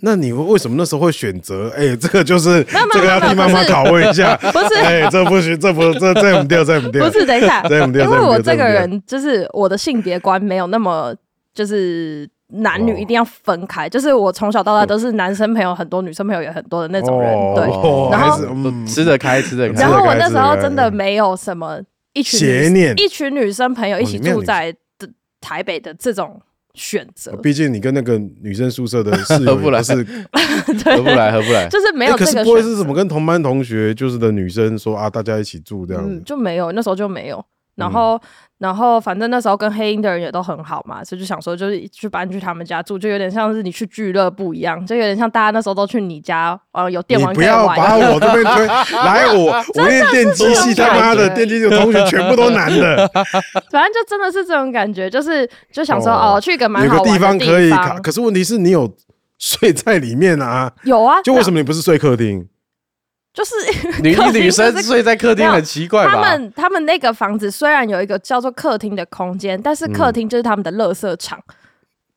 S1: 那你为什么那时候会选择？哎，这个就是
S6: 没有没有
S1: 这个要
S6: 没有
S1: 替妈妈
S6: 可是
S1: 拷问一下，
S6: 不是
S1: 哎，这不行，这不这这不掉，这不掉，
S6: 不是，等一下，
S1: 对我们
S6: 因
S1: 掉对
S6: 为
S1: 我们
S6: 我
S1: 掉
S6: 这
S1: 对
S6: 个
S1: 我们掉
S6: 人就是我的性别观没有那么就是男
S1: 哦
S6: 女一定要分开，就是我从小到大都是男生朋友很多，女生朋友也很多的那种人，对。
S1: 哦
S6: 然后
S1: 还是嗯
S5: 都吃得开，吃得
S1: 吃
S5: 开
S1: 得
S6: 然。后我
S1: 开
S6: 那
S1: 吃
S6: 时
S1: 得
S6: 候
S1: 开
S6: 真的没有什么一群女
S1: 邪念
S6: 一群女生朋友一
S1: 哦
S6: 起
S1: 你没有
S6: 住
S1: 女
S6: 在的台北的这种选择，
S1: 呃毕竟你跟那个女生宿舍的室
S5: 合
S1: 友
S5: 不来
S1: 也是
S5: 合不
S6: 对，
S5: 来，合不来。
S6: 就是没有
S1: 欸可
S6: 这
S1: 是
S6: 个
S1: 不会
S6: 选
S1: 是怎么跟同班同学就是的女生说啊，大家一起住这样
S6: 嗯，
S1: 子，嗯
S6: 就没有，那时候就没有。然后，然后反正那时候跟黑鹰的人也都很好嘛，所以就想说就是去搬去他们家住，就有点像是你去俱乐部一样，就有点像大家那时候都去你家，呃，有电
S1: 你
S6: 玩
S1: 不
S6: 可以
S1: 要
S6: 玩。
S1: 把我这边 推来，我我练电机系，他妈的电机系的同 学全部都男的，
S6: 反正就真的是这种感觉，就是就想说
S1: 哦
S6: 哦，去一个蛮
S1: 有
S6: 好
S1: 个
S6: 玩的
S1: 方可以卡，
S6: 方
S1: 可是问题是你有睡在里面啊，
S6: 有啊，
S1: 就为什
S6: 么
S1: 么你不是睡客厅？
S6: 就是
S5: 女
S6: 客厅
S5: 女生
S6: 就是
S5: 睡在客厅很奇怪
S6: 他
S5: 吧？
S6: 们他们那个房子虽然有一个叫做客厅的空间，但是
S1: 嗯
S6: 客厅就是他们的垃圾场。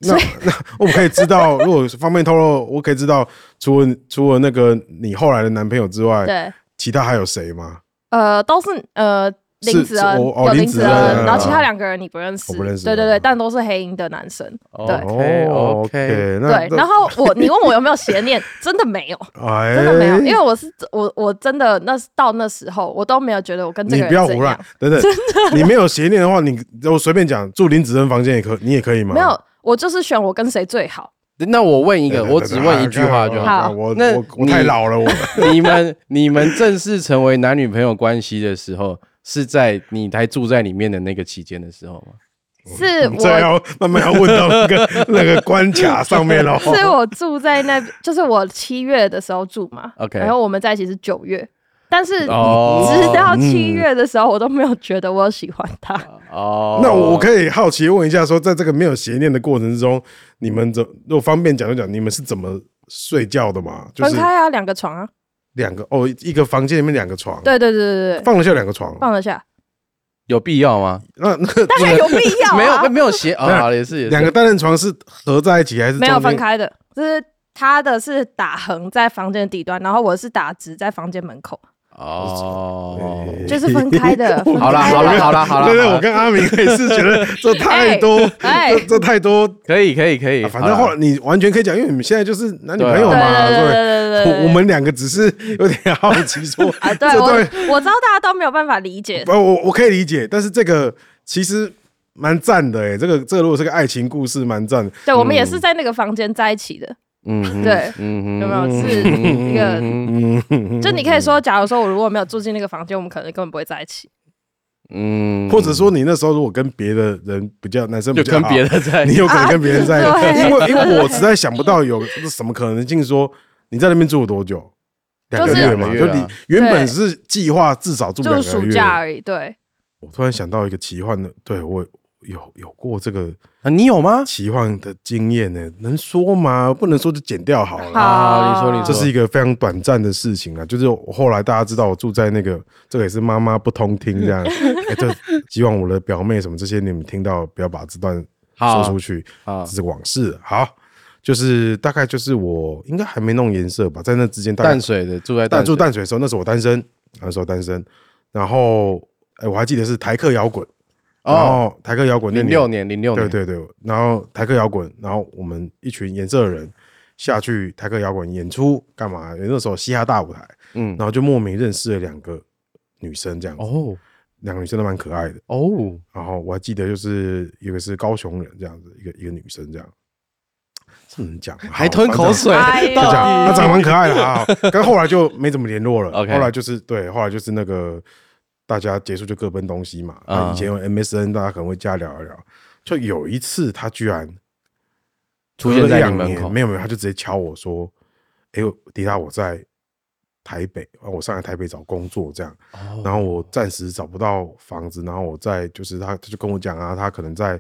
S1: 那那我可以知道，如果方便透露，我可以知道，除了除了那个你后来的男朋友之外，
S6: 对，
S1: 其他还有谁吗？
S6: 呃，都是呃
S1: 是
S6: 林子恩
S1: 是我哦
S6: 有
S1: 林
S6: 子
S1: 子
S5: 恩
S6: 然后其他两个人你不认识，
S1: 我不认识
S6: 对对
S1: 嗯
S6: 对，但都是黑鹰的男生。对
S5: OK
S1: 哦
S5: OK，
S1: OK，那
S6: 对，然后我你问我有没有邪念，真的没有，
S1: 哎，
S6: 真的没有，因为我是我我真的那到那时候我都没有觉得我跟这
S1: 你
S6: 个
S1: 不要
S6: 人
S1: 胡
S6: 怎
S1: 乱
S6: 样，，
S1: 等等，你没有邪念的话，你我随便讲，住林子恩房间也可，你也可以吗？
S6: 没有，我就是选我跟谁最好。
S5: 那我问一
S1: 对，
S5: 个，
S1: 对
S5: 我只问一句话就
S1: 对
S5: 好。
S1: 啊
S6: 好
S1: 我
S5: 那
S1: 我我
S5: 你
S1: 太老了，我
S5: 你们你们正式成为男女朋友关系的时候，是在你还住在里面的那个期间的时候吗？
S6: 是
S1: 这
S6: 我
S1: 要慢慢要问到那个 那个关卡上面了。
S6: 是我住在那，就是我七月的时候住嘛
S5: OK
S6: 然后我们在一起是九月，但是
S5: 哦
S6: 直
S1: 嗯
S6: 到七月的时候，我都没有觉得我有喜欢他。
S5: 哦，
S1: 那我可以好奇问一下，说在这个没有邪念的过程之中，你们怎如果方便讲就讲，你们是怎么睡觉的嘛？就
S6: 分
S1: 是
S6: 开啊，两个床啊，
S1: 两个哦，一个房间里面两个床，
S6: 对对对对对对，
S1: 放得下两个床。
S6: 放得下，
S5: 有必要吗？
S1: 那那
S6: 当然有必要、啊，
S5: 没有没有鞋啊，
S1: 没有
S5: 好也是也是
S1: 两个单人床是合在一起还是
S6: 没有
S1: 中间
S6: 分？开的，就是他的是打横在房间的底端，然后我是打直在房间门口，
S5: 哦。
S6: 就是分开的。分开的
S5: 好啦好啦好啦好啦，
S1: 对对，
S5: 好啦
S1: 我跟阿明也是觉得这太多，
S6: 哎
S1: 这这太多
S5: 可以可以可以，
S1: 啊反正后来你完全可以讲，因为你们现在就是男女朋友
S6: 对
S1: 嘛，
S6: 对对
S1: 所以
S6: 对对对，
S1: 我我们两个只是有点好奇说
S6: 啊，对
S1: 这
S6: 我
S1: 段
S6: 我知道大家都没有办法理解
S1: 不，，我我可以理解，但是这个其实蛮赞的哎，这个这个如果是个爱情故事，蛮 赞的。
S6: 对我们也是在那个房间在一起的，
S5: 嗯哼
S6: 对
S5: 嗯哼
S6: 有没有是
S5: 嗯
S6: 一个
S5: 哼
S1: 嗯，
S6: 就你可以说，假如说我如果没有住进那个房间，我们可能根本不会在一起。
S5: 嗯
S1: 或者说你那时候如果跟别的人比较，男生比
S5: 就
S1: 较
S5: 跟
S1: 好
S5: 别的在
S1: 你有可能跟别人在一
S6: 啊
S1: 起，
S6: 对
S1: 因为因为我实在想不到有什么可能性说你在那边住了多久，两个
S6: 就是
S1: 月嘛，
S5: 两个
S1: 就
S5: 月啊
S1: 你原本是计划至少住两个
S6: 就是
S1: 月，
S6: 暑假而已。对，
S1: 我突然想到一个奇幻的，对我有有过这个
S5: 啊你有吗？
S1: 奇幻的经验呢、能说吗？不能说就剪掉好了。
S6: 好
S5: 啊，你说你说
S1: 这是一个非常短暂的事情啊，就是我后来大家知道我住在那个，这个也是妈妈不通听这样，哎，就希望我的表妹什么这些你们听到不要把这段说出去，
S5: 好
S1: 这是往事。好，就是大概就是我应该还没弄颜色吧，在那之间大概
S5: 淡水的住在
S1: 淡住
S5: 水
S1: 淡水的时候，那时候我单身，那时候单身，然后哎，我还记得是台客摇滚，然
S5: 哦，
S1: 后台客摇滚那
S5: 零六年零六
S1: 对
S5: 年
S1: 对对，然后台客摇滚，然后我们一群颜色的人下去台客摇滚演出干嘛？因为那时候嘻哈大舞台，
S5: 嗯
S1: 然后就莫名认识了两个女生这样子，
S5: 哦
S1: 两个女生都蛮可爱的。
S5: 哦
S1: 然后我还记得就是一个是高雄人这样子，一个一个女生这样，这能讲吗
S5: 还吞口。水，
S6: 哎呦
S1: 好反正就这样她
S5: 到
S1: 长
S5: 底
S1: 得蛮可爱的啊， 好但后来就没怎么联络了。
S5: OK
S1: 后来就是对，后来就是那个大家结束就各奔东西嘛。
S5: 啊
S1: 啊，以前有 MSN 大家可能会加聊一聊，就有一次她居然
S5: 出现在
S1: 两
S5: 你
S1: 年
S5: 门口
S1: 没有没有，他就直接敲我说：“哎、呦，迪拉，我在台北，啊我上来台北找工作这样，
S5: 哦
S1: 然后我暂时找不到房子，然后我在就是他他就跟我讲啊，他可能在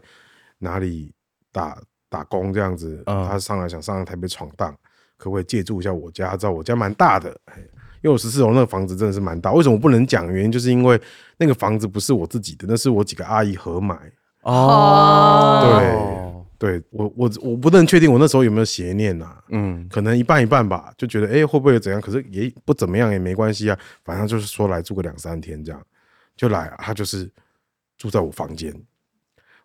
S1: 哪里打打工这样子，
S5: 嗯
S1: 他上来想上来台北闯荡，可不可以借住一下我家？知道我家蛮大的。嘿”因为我十四楼那个房子真的是蛮大，为什么我不能讲？原因就是因为那个房子不是我自己的，那是我几个阿姨合买，
S5: 哦
S1: 对我我我不能确定我那时候有没有邪念呐、啊，
S5: 对嗯
S1: 可能一半一半吧，就觉得哎、诶会不会有怎样？可是也不怎么样也没关系啊，反正就是说来住个两三天这样，就来了他就是住在我房间，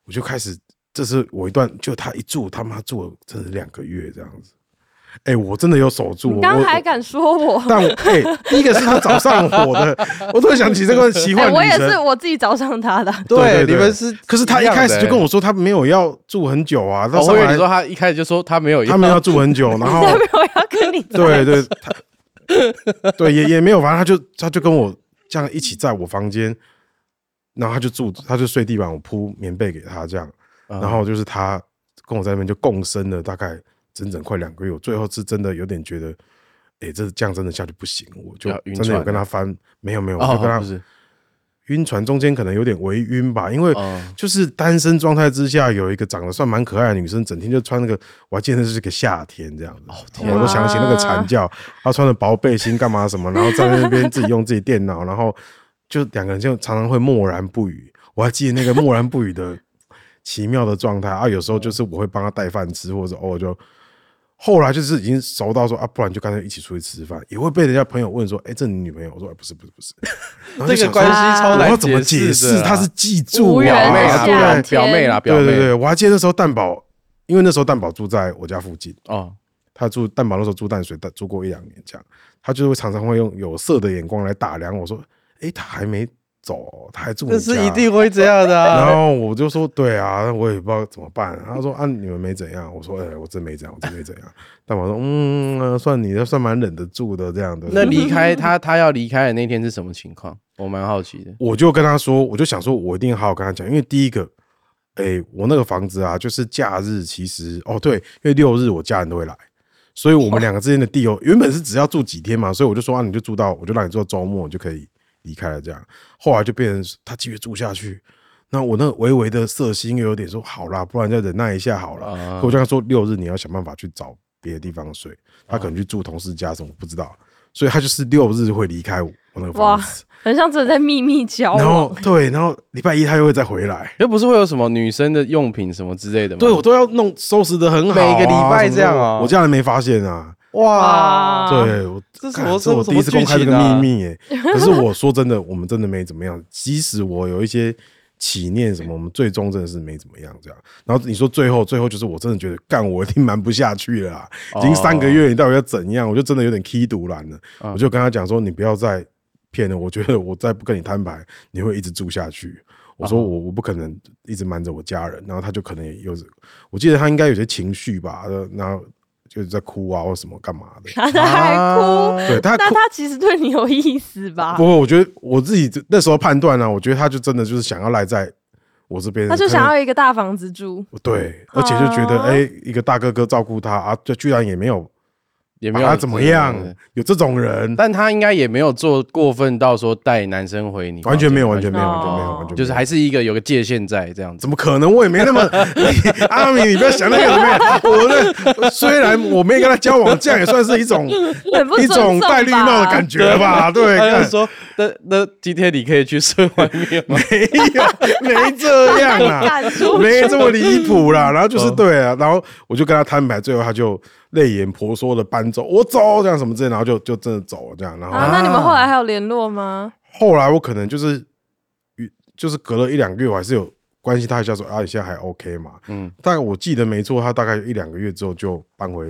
S1: 我就开始，这是我一段就他一住他妈住了真的两个月这样子，哎、我真的有守住，
S6: 你刚刚
S1: 我
S6: 还。敢说我？
S1: 但我哎、第一个是他早上火 的，我突然想起这个奇
S6: 哎，
S1: 幻
S6: 我
S1: 旅
S6: 也
S1: 程。
S6: 是我自己找上他
S5: 哦
S6: 的。
S1: 对对
S5: 你
S1: 对
S5: 们是，
S1: 可是他一
S5: 样的
S1: 开始就跟
S5: 欸
S1: 我说他没有要住很久啊，他
S5: 哦，
S1: 上
S5: 我以为
S1: 来
S5: 你说他一开始就说他没有，
S1: 他们要住很久，然后
S6: 代表我要跟你在
S1: 对对，他对也也没有，反正他就他就跟我这样一起在我房间然后他就住，他就睡地板，我铺棉被给他这样。
S5: 然
S1: 然后就是他跟我在那边就共生了大概整整快两个月，我最后是真的有点觉得，哎、这这样真的下去不行，我就
S5: 要晕
S1: 真的有
S5: 船
S1: 跟他翻，没有没有，我
S5: 哦，
S1: 就跟他
S5: 不是，
S1: 晕船，中间可能有点微晕吧，因为
S5: 嗯
S1: 就是单身状态之下，有一个长得算蛮可爱的女生，整天就穿那个，我还记得那是个夏天这样子，
S5: 天啊
S1: 我都想起那个惨叫，她穿的薄背心干嘛什么，然后站在那边自己用自己电脑，然后就两个人就常常会默然不语，我还记得那个默然不语的奇妙的状态啊，有时候就是我会帮她带饭吃，或者偶尔就。后来就是已经熟到说啊，不然就干脆一起出去吃饭，也会被人家朋友问说，哎、这你女朋友？我说、哎不是不是不 是，然后就
S5: 这个
S1: 想说
S5: 关系超
S1: 我
S5: 难
S1: 要怎么解
S5: 释的
S1: 释？
S5: 啊，
S1: 他是记住
S6: 无
S1: 我
S6: 人
S5: 表妹
S6: 下
S5: 啊，
S1: 啊，
S5: 不
S1: 对
S5: 然
S1: 不
S5: 表妹啦，表
S1: 对？对
S5: 妹，
S1: 对对，我还记得那时候蛋宝，因为那时候蛋宝住在我家附近，
S5: 哦，
S1: 他住蛋宝那时候住淡水，但住过一两年这样，他就会常常会用有色的眼光来打量我说，诶，他还没走，他还住你
S5: 这
S1: 家
S5: 是一定会这样的
S1: 然
S5: 啊。
S1: 后我就说对啊，那我也不知道怎么办。他说啊，你们没怎样。我说哎、我真没怎样，我真没怎样。但我说嗯，呃算你的，算蛮忍得住的这样的。
S5: 那离开他，他要离开的那天是什么情况？我蛮好奇的。
S1: 我就跟他说，我就想说，我一定好好跟他讲，因为第一个，哎、我那个房子啊，就是假日其实哦对，因为六日我家人都会来，所以我们两个之间的地哦， 原本是只要住几天嘛，所以我就说啊，你就住到，我就让你住到周末，你就可以离开了这样。后来就变成他继续住下去，那我那个微微的色心又有点说，好啦，不然再忍耐一下好了。
S5: 啊
S1: 可 我就跟他说，六日你要想办法去找别的地方睡，他可能去住同事家什么，我不知道，所以他就是六日会离开我我那个
S6: 哇
S1: 房子。
S6: 很像真的在秘密交
S1: 然
S6: 往
S1: 后。对，然后礼拜一他又会再回来。
S5: 又不是会有什么女生的用品什么之类的吗？
S1: 对我都要弄收拾的很好啊、
S5: 每个礼拜
S1: 什么的
S5: 这样啊
S1: 我家人没发现啊。
S5: 哇，
S6: 啊
S1: 对，我
S5: 这什
S1: 干
S5: 么
S1: 这我
S5: 什
S1: 第
S5: 么
S1: 一次公开
S5: 剧
S1: 这个
S5: 情啊
S1: 秘密 耶、可是我说真的，我们真的没怎么样。即使我有一些起念什么，我们最终真的是没怎么样这样。然后你说最后，最后就是我真的觉得干，我一定瞒不下去了啊、已经三个月，你到底要怎样？我就真的有点 key 独揽了。
S5: 嗯
S1: 我就跟他讲说，你不要再骗了，我觉得我再不跟你摊牌，你会一直住下去。我说我我不可能一直瞒着我家人，然后他就可能也有，我记得他应该有些情绪吧，呃然后就是在哭啊或什么干嘛的。
S6: 他还
S5: 啊
S6: 哭，
S1: 对啊他
S6: 呃那
S1: 哭，
S6: 他其实对你有意思吧
S1: 不？过我觉得我自己那时候判断呢、啊我觉得他就真的就是想要赖在我这边，
S6: 他就
S1: 可能
S6: 想要一个大房子住，
S1: 对，而且就觉得
S6: 啊
S1: 哎、一个大哥哥照顾他啊，这居然也没有
S5: 也
S1: 把
S5: 没有
S1: 他啊怎么样
S5: 对对对，
S1: 有这种人。
S5: 但他应该也没有做过分到说带男生回你，
S1: 完全没有，完全没有，
S6: 哦
S1: 完全没有，完全没有
S5: 就是还是一个有个界限在这样子
S1: 怎。么可能？我也没 那么你阿米，你不要想那个怎么样。我那虽然我没跟他交往，这样也算是一种
S6: 很不
S1: 一
S6: 尊
S1: 种
S6: 重吧
S1: 戴绿帽的感觉吧？对，
S5: 他就
S1: 干
S5: 说：“那那今天你可以去睡外面吗
S1: 没有，没这样啊啦，
S6: 敢出
S1: 没这么离谱 啦。然后
S5: 哦
S1: 就是对啊，然后我就跟他摊牌，最后他就泪眼婆娑的搬走，我走这样什么之类，然后就就真的走了这样。然后
S6: 啊？那你们后来还有联络吗？
S1: 后来我可能就是与就是隔了一两个月，我还是有关心他一下说啊，你现在还 OK 嘛？
S5: 嗯
S1: 嗯，但我记得没错，他大概一两个月之后就搬回，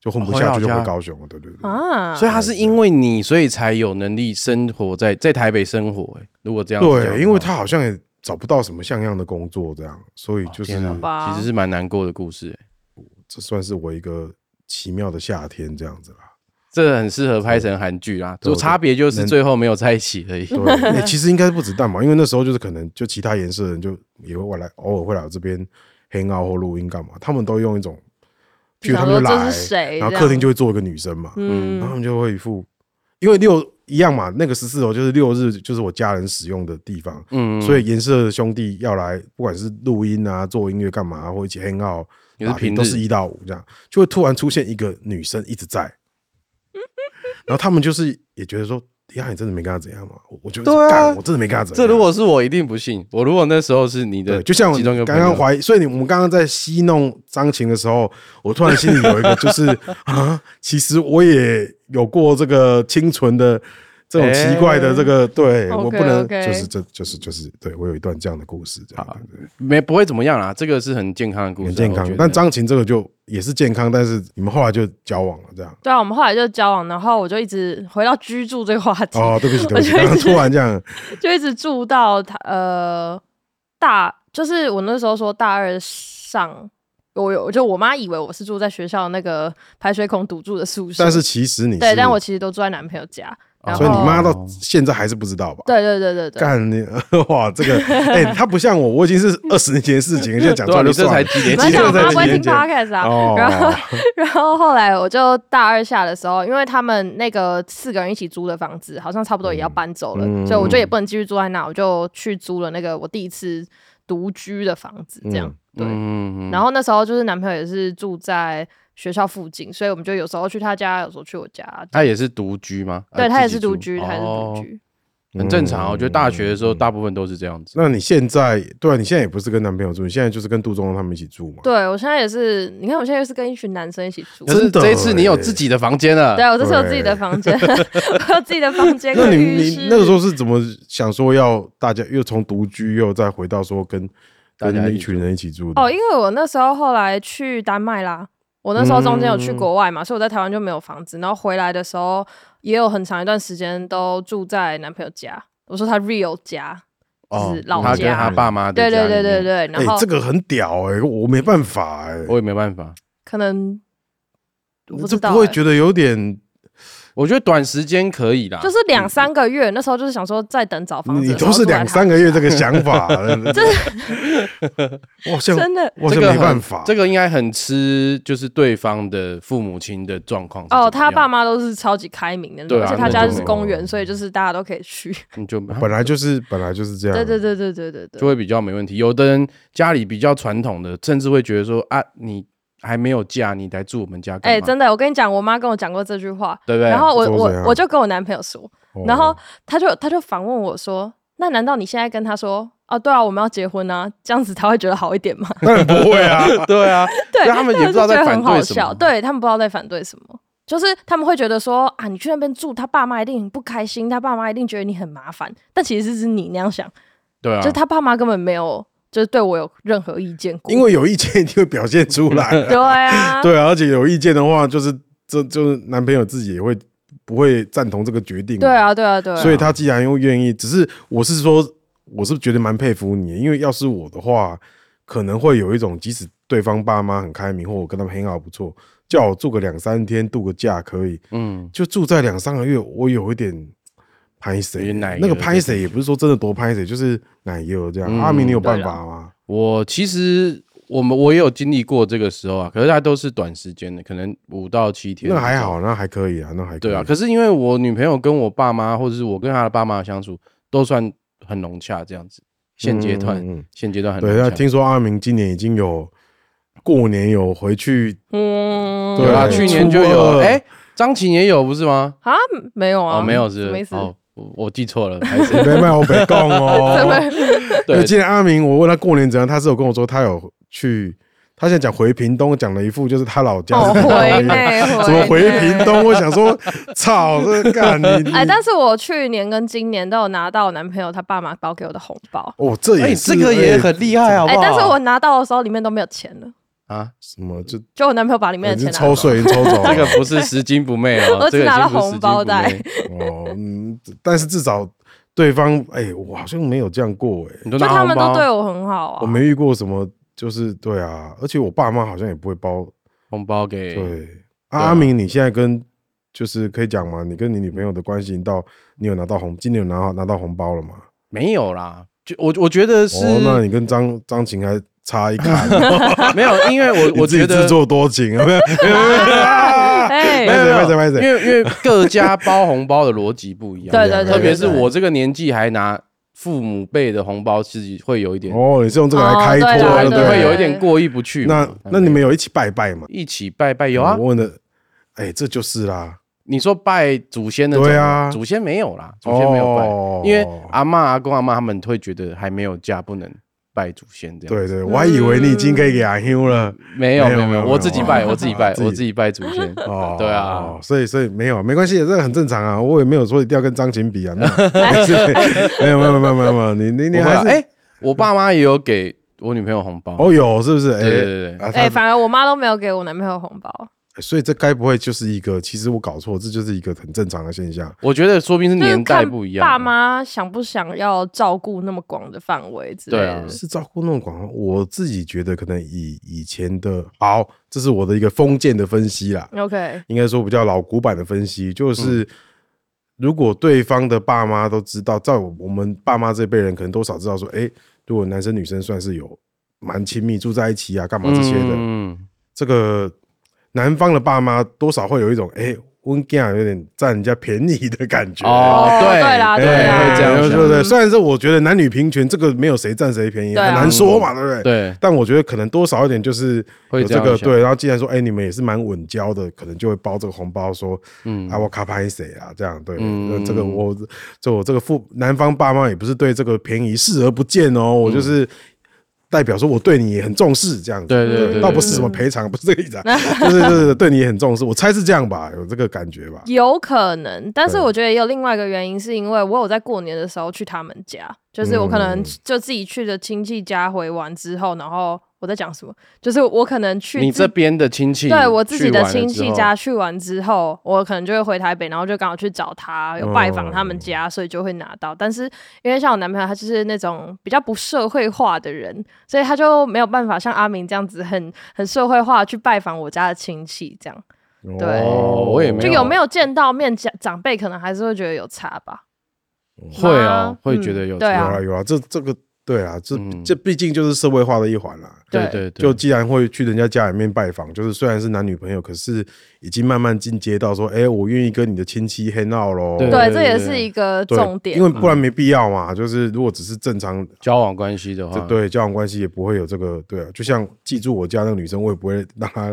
S1: 就混不
S5: 回
S1: 下
S5: 老
S1: 去就
S5: 家
S1: 回高雄了。对对对，
S6: 啊，？”
S5: 所以他是因为你，所以才有能力生活在在台北生活。哎，如果这样子讲的话，
S1: 对，因为他好像也找不到什么像样的工作，这样，所以就是、
S5: 哦天哪
S6: 吧
S5: 其实是蛮难过的故事。哎
S1: 这算是我一个奇妙的夏天这样子啦。
S5: 这很适合拍成韩剧啦，
S1: 对
S5: 就差别就是
S1: 能
S5: 最后没有在一起而已。
S1: 对，欸其实应该不止蛋堡，因为那时候就是可能就其他颜色的人就也会来，偶尔会来我这边 hang out 或录音干嘛，他们都用一种，譬如他
S6: 想
S1: 们就
S6: 说
S1: 来
S6: 这是，谁？
S1: 然后
S6: 这
S1: 客厅
S6: 样
S1: 就会坐一个女生嘛，然后他
S6: 嗯，
S1: 们就会一副，因为六一样嘛，那个十四楼就是六日就是我家人使用的地方，
S5: 嗯，
S1: 所
S5: 以
S1: 以颜色兄弟要来，不管是录音啊、做音乐干嘛，或一起 hang out，
S5: 也是
S1: 打
S5: 平日
S1: 都是一到五这样，就会突然出现一个女生一直在， 然后他们就是也觉得说，呀，你真的没跟他怎样嘛？我我就
S5: 对啊
S1: 干，我真的没跟他怎样。
S5: 这如果是我，一定不信。我如果那时候是你的，
S1: 对，就像我
S5: 其中一个
S1: 刚刚
S5: 朋友
S1: 怀疑，所以你我们刚刚在戏弄张琴的时候，我突然心里有一个就是啊，其实我也有过这个清纯的这种奇怪的这个，
S5: 哎
S1: 对我不能
S6: OK，OK
S1: 就是这就是就是对我有一段这样的故事，这样对对
S5: 没不会怎么样啦，这个是很健康的故事啊，
S1: 很健
S5: 我
S1: 康
S5: 觉。得
S1: 但张琴这个就也是健康，但是你们后来就交往了，这样
S6: 对啊，我们后来就交往，然后我就一直回到居住这个话题，
S1: 哦，对不起对不起，
S6: 我就一
S1: 刚
S6: 直
S1: 刚突然这样，
S6: 就一直住到他呃大，就是我那时候说大二上，我有就我妈以为我是住在学校那个排水孔堵住的宿舍，
S1: 但是其实你
S6: 对，但我其实都住在男朋友家，
S1: 啊
S6: 然
S1: 所以你
S6: 后
S1: 妈到现在还是不知道吧？
S6: 对对对对对，
S1: 干你 哇，这个哎，他不像我，我已经 是二十年前的事情，现在讲出
S5: 对啊，
S1: 来
S5: 你
S1: 就
S5: 这
S1: 算
S5: 才
S1: 了。
S5: 几年
S1: 没
S6: 蛮
S5: 级
S1: 记得哎
S6: 想
S1: 在
S6: 妈
S1: 几
S6: 不会
S1: 年
S6: 听
S1: 前
S6: podcast 啊，
S1: 哦，
S6: 然后 然后后来我就大二下的时候，因为他们那个四个人一起租的房子好像差不多也要搬走了，
S1: 嗯
S6: 所以我就也不能继续住在那，我就去租了那个我第一次独居的房子，这样、对。
S5: 嗯
S6: 然后那时候就是男朋友也是住在学校附近，所以我们就有时候去他家，有时候去我家。
S1: 啊
S5: 他也是独居吗？
S6: 对
S5: 啊
S6: 他也
S5: 自
S6: 是
S5: 己
S6: 独居，他也是
S5: 哦
S6: 独居。
S5: 很正常啊。
S1: 嗯
S5: 我觉得大学的时候大部分都是这样子。
S1: 那你现在对啊，你现在也不是跟男朋友住，你现在就是跟杜仲他们一起住嘛？
S6: 对我现在也是，你看我现在又是跟一群男生一起住。
S5: 可
S1: 真
S5: 是
S1: 的
S5: 这一次你有
S1: 欸
S5: 自己的房间了
S6: 对，，啊我这是有自己的房间， 我有自己的房间
S1: 啊那
S6: 跟
S1: 你
S6: 浴
S1: 你
S6: 室。
S1: 那个时候是怎么想说要大家又从独居又再回到说跟
S5: 大家一起
S1: 跟一
S5: 住
S1: 群人一起住的？
S6: 哦，因为我那时候后来去丹麦啦，我那时候中间有去
S1: 嗯
S6: 国外嘛，所以我在台湾就没有房子，然后回来的时候也有很长一段时间都住在男朋友家，我说他 real 家，
S1: 哦
S6: 就是老
S5: 哦他跟
S6: 家
S5: 他爸妈的
S6: 对
S5: 家
S6: 对
S5: 里
S6: 对对
S5: 面，
S6: 对，
S1: 哎
S6: 然后、，
S1: 这个很屌哎，我没办法哎，
S5: 我也没办法。
S6: 可能我不
S1: 这
S6: 知道、
S1: 不会
S6: 欸
S1: 觉得有点
S5: 我觉得短时间可以啦，
S6: 哎
S5: 嗯
S6: 就是两三个月，那时候就是想说再等找房子，
S1: 你都是两三
S6: 个，
S1: 个月这个想法， 真我好像
S6: 真的
S1: 我好
S5: 这
S1: 像
S5: 个
S1: 没
S5: 很
S1: 办法，
S5: 这个应该很吃就是对方的父母亲的状况是怎么
S6: 哦，
S5: 样。
S6: 他爸妈都是超级开明的那种，
S5: 对啊
S6: 而且他
S5: 那
S6: 家
S5: 就
S6: 就是
S5: 没
S6: 公
S1: 有
S6: 园，所以就是大家都可以 去。
S5: 你就
S1: 本来就是本来就是这样，
S6: 啊对对对对对对对
S5: 就。会比较没问题。有的人家里比较传统的，甚至会觉得说啊，你还没有嫁，你来住我们家干
S6: 哎、
S5: 嘛？
S6: 真的，我跟你讲，我妈跟我讲过这句话，
S5: 对不对？
S6: 然后我
S1: 这是怎
S6: 我
S1: 样
S6: 我就跟我男朋友说，
S1: 哦，
S6: 然后他就他就反问我说，那难道你现在跟他说，哦，对啊，我们要结婚啊，这样子他会觉得好一点 吗？
S1: 当然不会啊，
S5: 对啊，
S6: 对，
S5: 那他们也
S6: 就
S5: 不知道
S6: 觉
S5: 在
S6: 得
S5: 反
S6: 很好
S5: 对什
S6: 笑，
S5: 么。
S6: 对他们不知道在反对什么。就是他们会觉得说啊，你去那边住，他爸妈一定很不开心，他爸妈一定觉得你很麻烦。但其实是你那样想，
S5: 对啊，
S6: 就是他爸妈根本没有，就是对我有任何意见过。
S1: 因为有意见一定会表现出来，
S6: 对 啊，
S1: 对啊，而且有意见的话，就是这就是男朋友自己也会不会赞同这个决定，
S6: 对，啊，对啊，对啊。
S1: 所以他既然又愿意，只是我是说，我是觉得蛮佩服你，因为要是我的话，可能会有一种，即使对方爸妈很开明，或我跟他们很好不错，叫我住个两三天度个假可以，
S5: 嗯，
S1: 就住在两三个月，我有一点拍
S5: 有
S1: 谁
S5: 点奶油
S1: 那个拍谁也不是说真的多拍谁，就是奶油这样。
S5: 嗯
S1: 阿明，你有办
S6: 对
S1: 法吗？
S5: 我其实我们我也有经历过这个时候啊，可是它都是短时间的，可能五到七天。
S1: 那还。好，那还可以啊，那还可以
S5: 对啊，可是因为我女朋友跟我爸妈，或者是我跟她的爸妈的相处，都算很融洽这样子。现阶段，
S1: 嗯嗯嗯
S5: 现阶段很
S1: 对，
S5: 融洽
S1: 那听说阿明今年已经有过年有 回去，
S6: 嗯，
S5: 对啊，
S1: 对
S5: 去年就
S1: 初
S5: 有，
S1: 二
S5: 哎，张琴也有不是吗？
S6: 啊，没有啊，
S5: 哦，没有是
S6: 什
S5: 不
S6: 么
S5: 是
S6: 意 思？
S5: 哦，我我记错了，还是
S1: 你别卖我北贡哦。因为
S5: 对
S1: 今年阿明，我问他过年怎样，他是有跟我说他有去，他现在讲回屏东，讲了一副就是他老家
S6: 哦，
S1: 是屏东
S6: 回
S1: 一样
S6: 内
S1: 怎么回
S6: 内
S1: 屏东？我想说，操，这干你！
S6: 哎，
S1: 你
S6: 但是我去年跟今年都有拿到我男朋友他爸妈包给我的红包。
S1: 哦，这
S5: 哎，
S1: 也是
S5: 这个也
S1: 哎
S5: 很厉害，好
S6: 哎、
S5: 不好？
S6: 但是我拿到的时候里面都没有钱了，
S5: 啊，
S1: 什么就
S6: 就我男朋友把里面
S1: 已
S6: 的
S1: 经
S6: 钱拿走
S1: 抽税，已经抽 走了
S5: 这个不 是拾金不昧哦，
S6: 我
S5: 这
S6: 只
S5: 个已
S6: 拿
S5: 经
S6: 了
S5: 不是拾金
S6: 红包
S5: 不
S6: 袋
S5: 昧。
S1: 哦，嗯，但是至少对方，哎，我好像没有这样过，哎，
S5: 你都
S6: 就
S5: 拿
S6: 他
S5: 红
S6: 们都对
S5: 包，
S6: 我很好啊。
S1: 我没遇过什么，就是对啊，而且我爸妈好像也不会包
S5: 红包给
S1: 对，
S5: 对
S1: 啊
S5: 啊
S1: 阿明，你现在跟就是可以讲吗？你跟你女朋友的关系到你有拿到红，今年有拿到拿到红包了吗？
S5: 没有啦？就我我觉得是
S1: 哦，那你跟张张琴还差一坎，
S5: 没有，因为 我
S1: 你
S5: 我
S1: 自己
S5: 觉
S1: 自
S5: 得
S1: 作多情啊！啊没有，
S5: 没有没有
S1: 拍谁拍谁拍
S6: 哎、
S1: 谁
S5: 因为因为各家包红包的逻辑不一样，
S6: 对对对
S5: 特别是
S6: 对对
S5: 我这个年纪还拿父母辈的红包，自己会有一点，
S1: 哦，你是用这个来
S6: 哦
S1: 开
S6: 对
S1: 脱
S6: 啦
S1: 的，
S6: 对
S1: 不
S5: 啊会
S1: 对？啊
S5: 有一点过意不去嘛。
S1: 那那你们有一起拜拜吗？
S5: 一起拜拜有啊
S1: 哦我？问的，哎，这就是啦。
S5: 你说拜祖先那种，
S1: 对啊
S5: 祖先没有啦，祖先没有拜，
S1: 哦
S5: 因为阿嬷阿公阿妈他们会觉得还没有嫁不能拜祖先这样。
S1: 对对，我还以为你已经可以给阿 Q 了。
S5: 没有
S1: 没有
S5: 没有
S1: 没
S5: 没
S1: 有
S5: 有，
S1: 没有
S5: 我自己拜
S1: 哦
S5: 我自己拜
S1: 自己
S5: 我自己拜祖先。
S1: 哦，
S5: 对啊，
S1: 哦所以所以没有没关系，这个很正常啊，我也没有说一定要跟张琴 比啊，没有没有没有没有没有没有，你你你
S5: 我会
S1: 还
S5: 啊
S1: 是
S5: 哎，我爸妈也有给我女朋友红包。
S1: 哦有是不是？哎
S5: 对对对对
S1: 啊
S6: 哎、
S1: 他
S6: 反而我妈都没有给我男朋友红包，
S1: 所以这该不会就是一个，其实我搞错，这就是一个很正常的现象。
S5: 我觉得说不定是
S6: 就是
S5: 年代
S6: 看
S5: 不一样，啊
S6: 爸妈想不想要照顾那么广的范围之类
S5: 对
S6: 的
S5: 啊。
S1: 是照顾那种广告，我自己觉得可能以以前的好，这是我的一个封建的分析啦，
S6: OK，嗯
S1: 应该说比较老古板的分析，就是如果对方的爸妈都知道，在我我们爸妈这辈人可能多少知道说，哎、如果男生女生算是有蛮亲密住在一起啊，干嘛这些的，
S5: 嗯，
S1: 这个男方的爸妈多少会有一种，哎、温家有点占人家便宜的感觉。
S5: 哦，对
S6: 对啦
S1: 哎
S6: 啊对啦
S5: 会这样
S1: 对
S5: 想
S1: 对对，虽然是我觉得男女平权这个没有谁占谁便宜，
S6: 对啊
S1: 很难说嘛，对不对？
S5: 对，
S1: 但我觉得可能多少一点就是
S5: 会
S1: 有
S5: 这
S1: 这
S5: 样
S1: 个
S5: 想
S1: 对，然后既然说哎、你们也是蛮稳交的，可能就会包这个红包说，
S5: 嗯
S1: 啊我卡拍谁啊这样对，
S5: 嗯
S1: 那这个我这我这个父男方爸妈也不是对这个便宜视而不见哦，
S5: 嗯
S1: 我就是代表说我对你也很重视这样子，
S5: 对对对对
S1: 倒不是什么赔偿，不 是这个意思、啊，就是就是对你也很重视，我猜是这样吧，有这个感觉吧，
S6: 有可能，但是
S5: 啊
S1: 对
S6: 我觉得也有另外一个原因，是因为我有在过年的时候去他们家，就是我可能
S1: 嗯
S6: 就自己去的亲戚家回完之后，然后我在讲什么，就是我可能去
S5: 你
S6: 自
S5: 这边的亲戚，
S6: 对我自己的亲戚家，去完之后，我可能就会回台北，然后就刚好去找他，有拜访他们家，所以就会拿到。但是因为像我男朋友，他就是那种比较不社会化的人，所以他就没有办法像阿明这样子很很社会化去拜访我家的亲戚，这样对
S5: 哦我也没
S6: 就
S5: 有
S6: 有没有见到面长长辈，可能还是会觉得有差吧。
S5: 会哦
S6: 妈，
S5: 会
S6: 嗯
S5: 觉得有
S6: 对
S1: 有
S6: 啊
S1: 啊有啊，这这个对啊，这
S5: 嗯
S1: 这毕竟就是社会化的一环啦、
S5: 对
S6: 对
S5: 对对，
S1: 就既然会去人家家里面拜访，就是虽然是男女朋友，可是已经慢慢进阶到说，哎、我愿意跟你的亲戚 hang out 咯。
S5: 对
S6: 对，这也是一个
S1: 对
S6: 重点
S1: 因。为不然没必要嘛。就是如果只是正常，
S5: 交往关系的话
S1: 这，对交往关系也不会有这个对啊。就像记住我家那个女生，我也不会 让她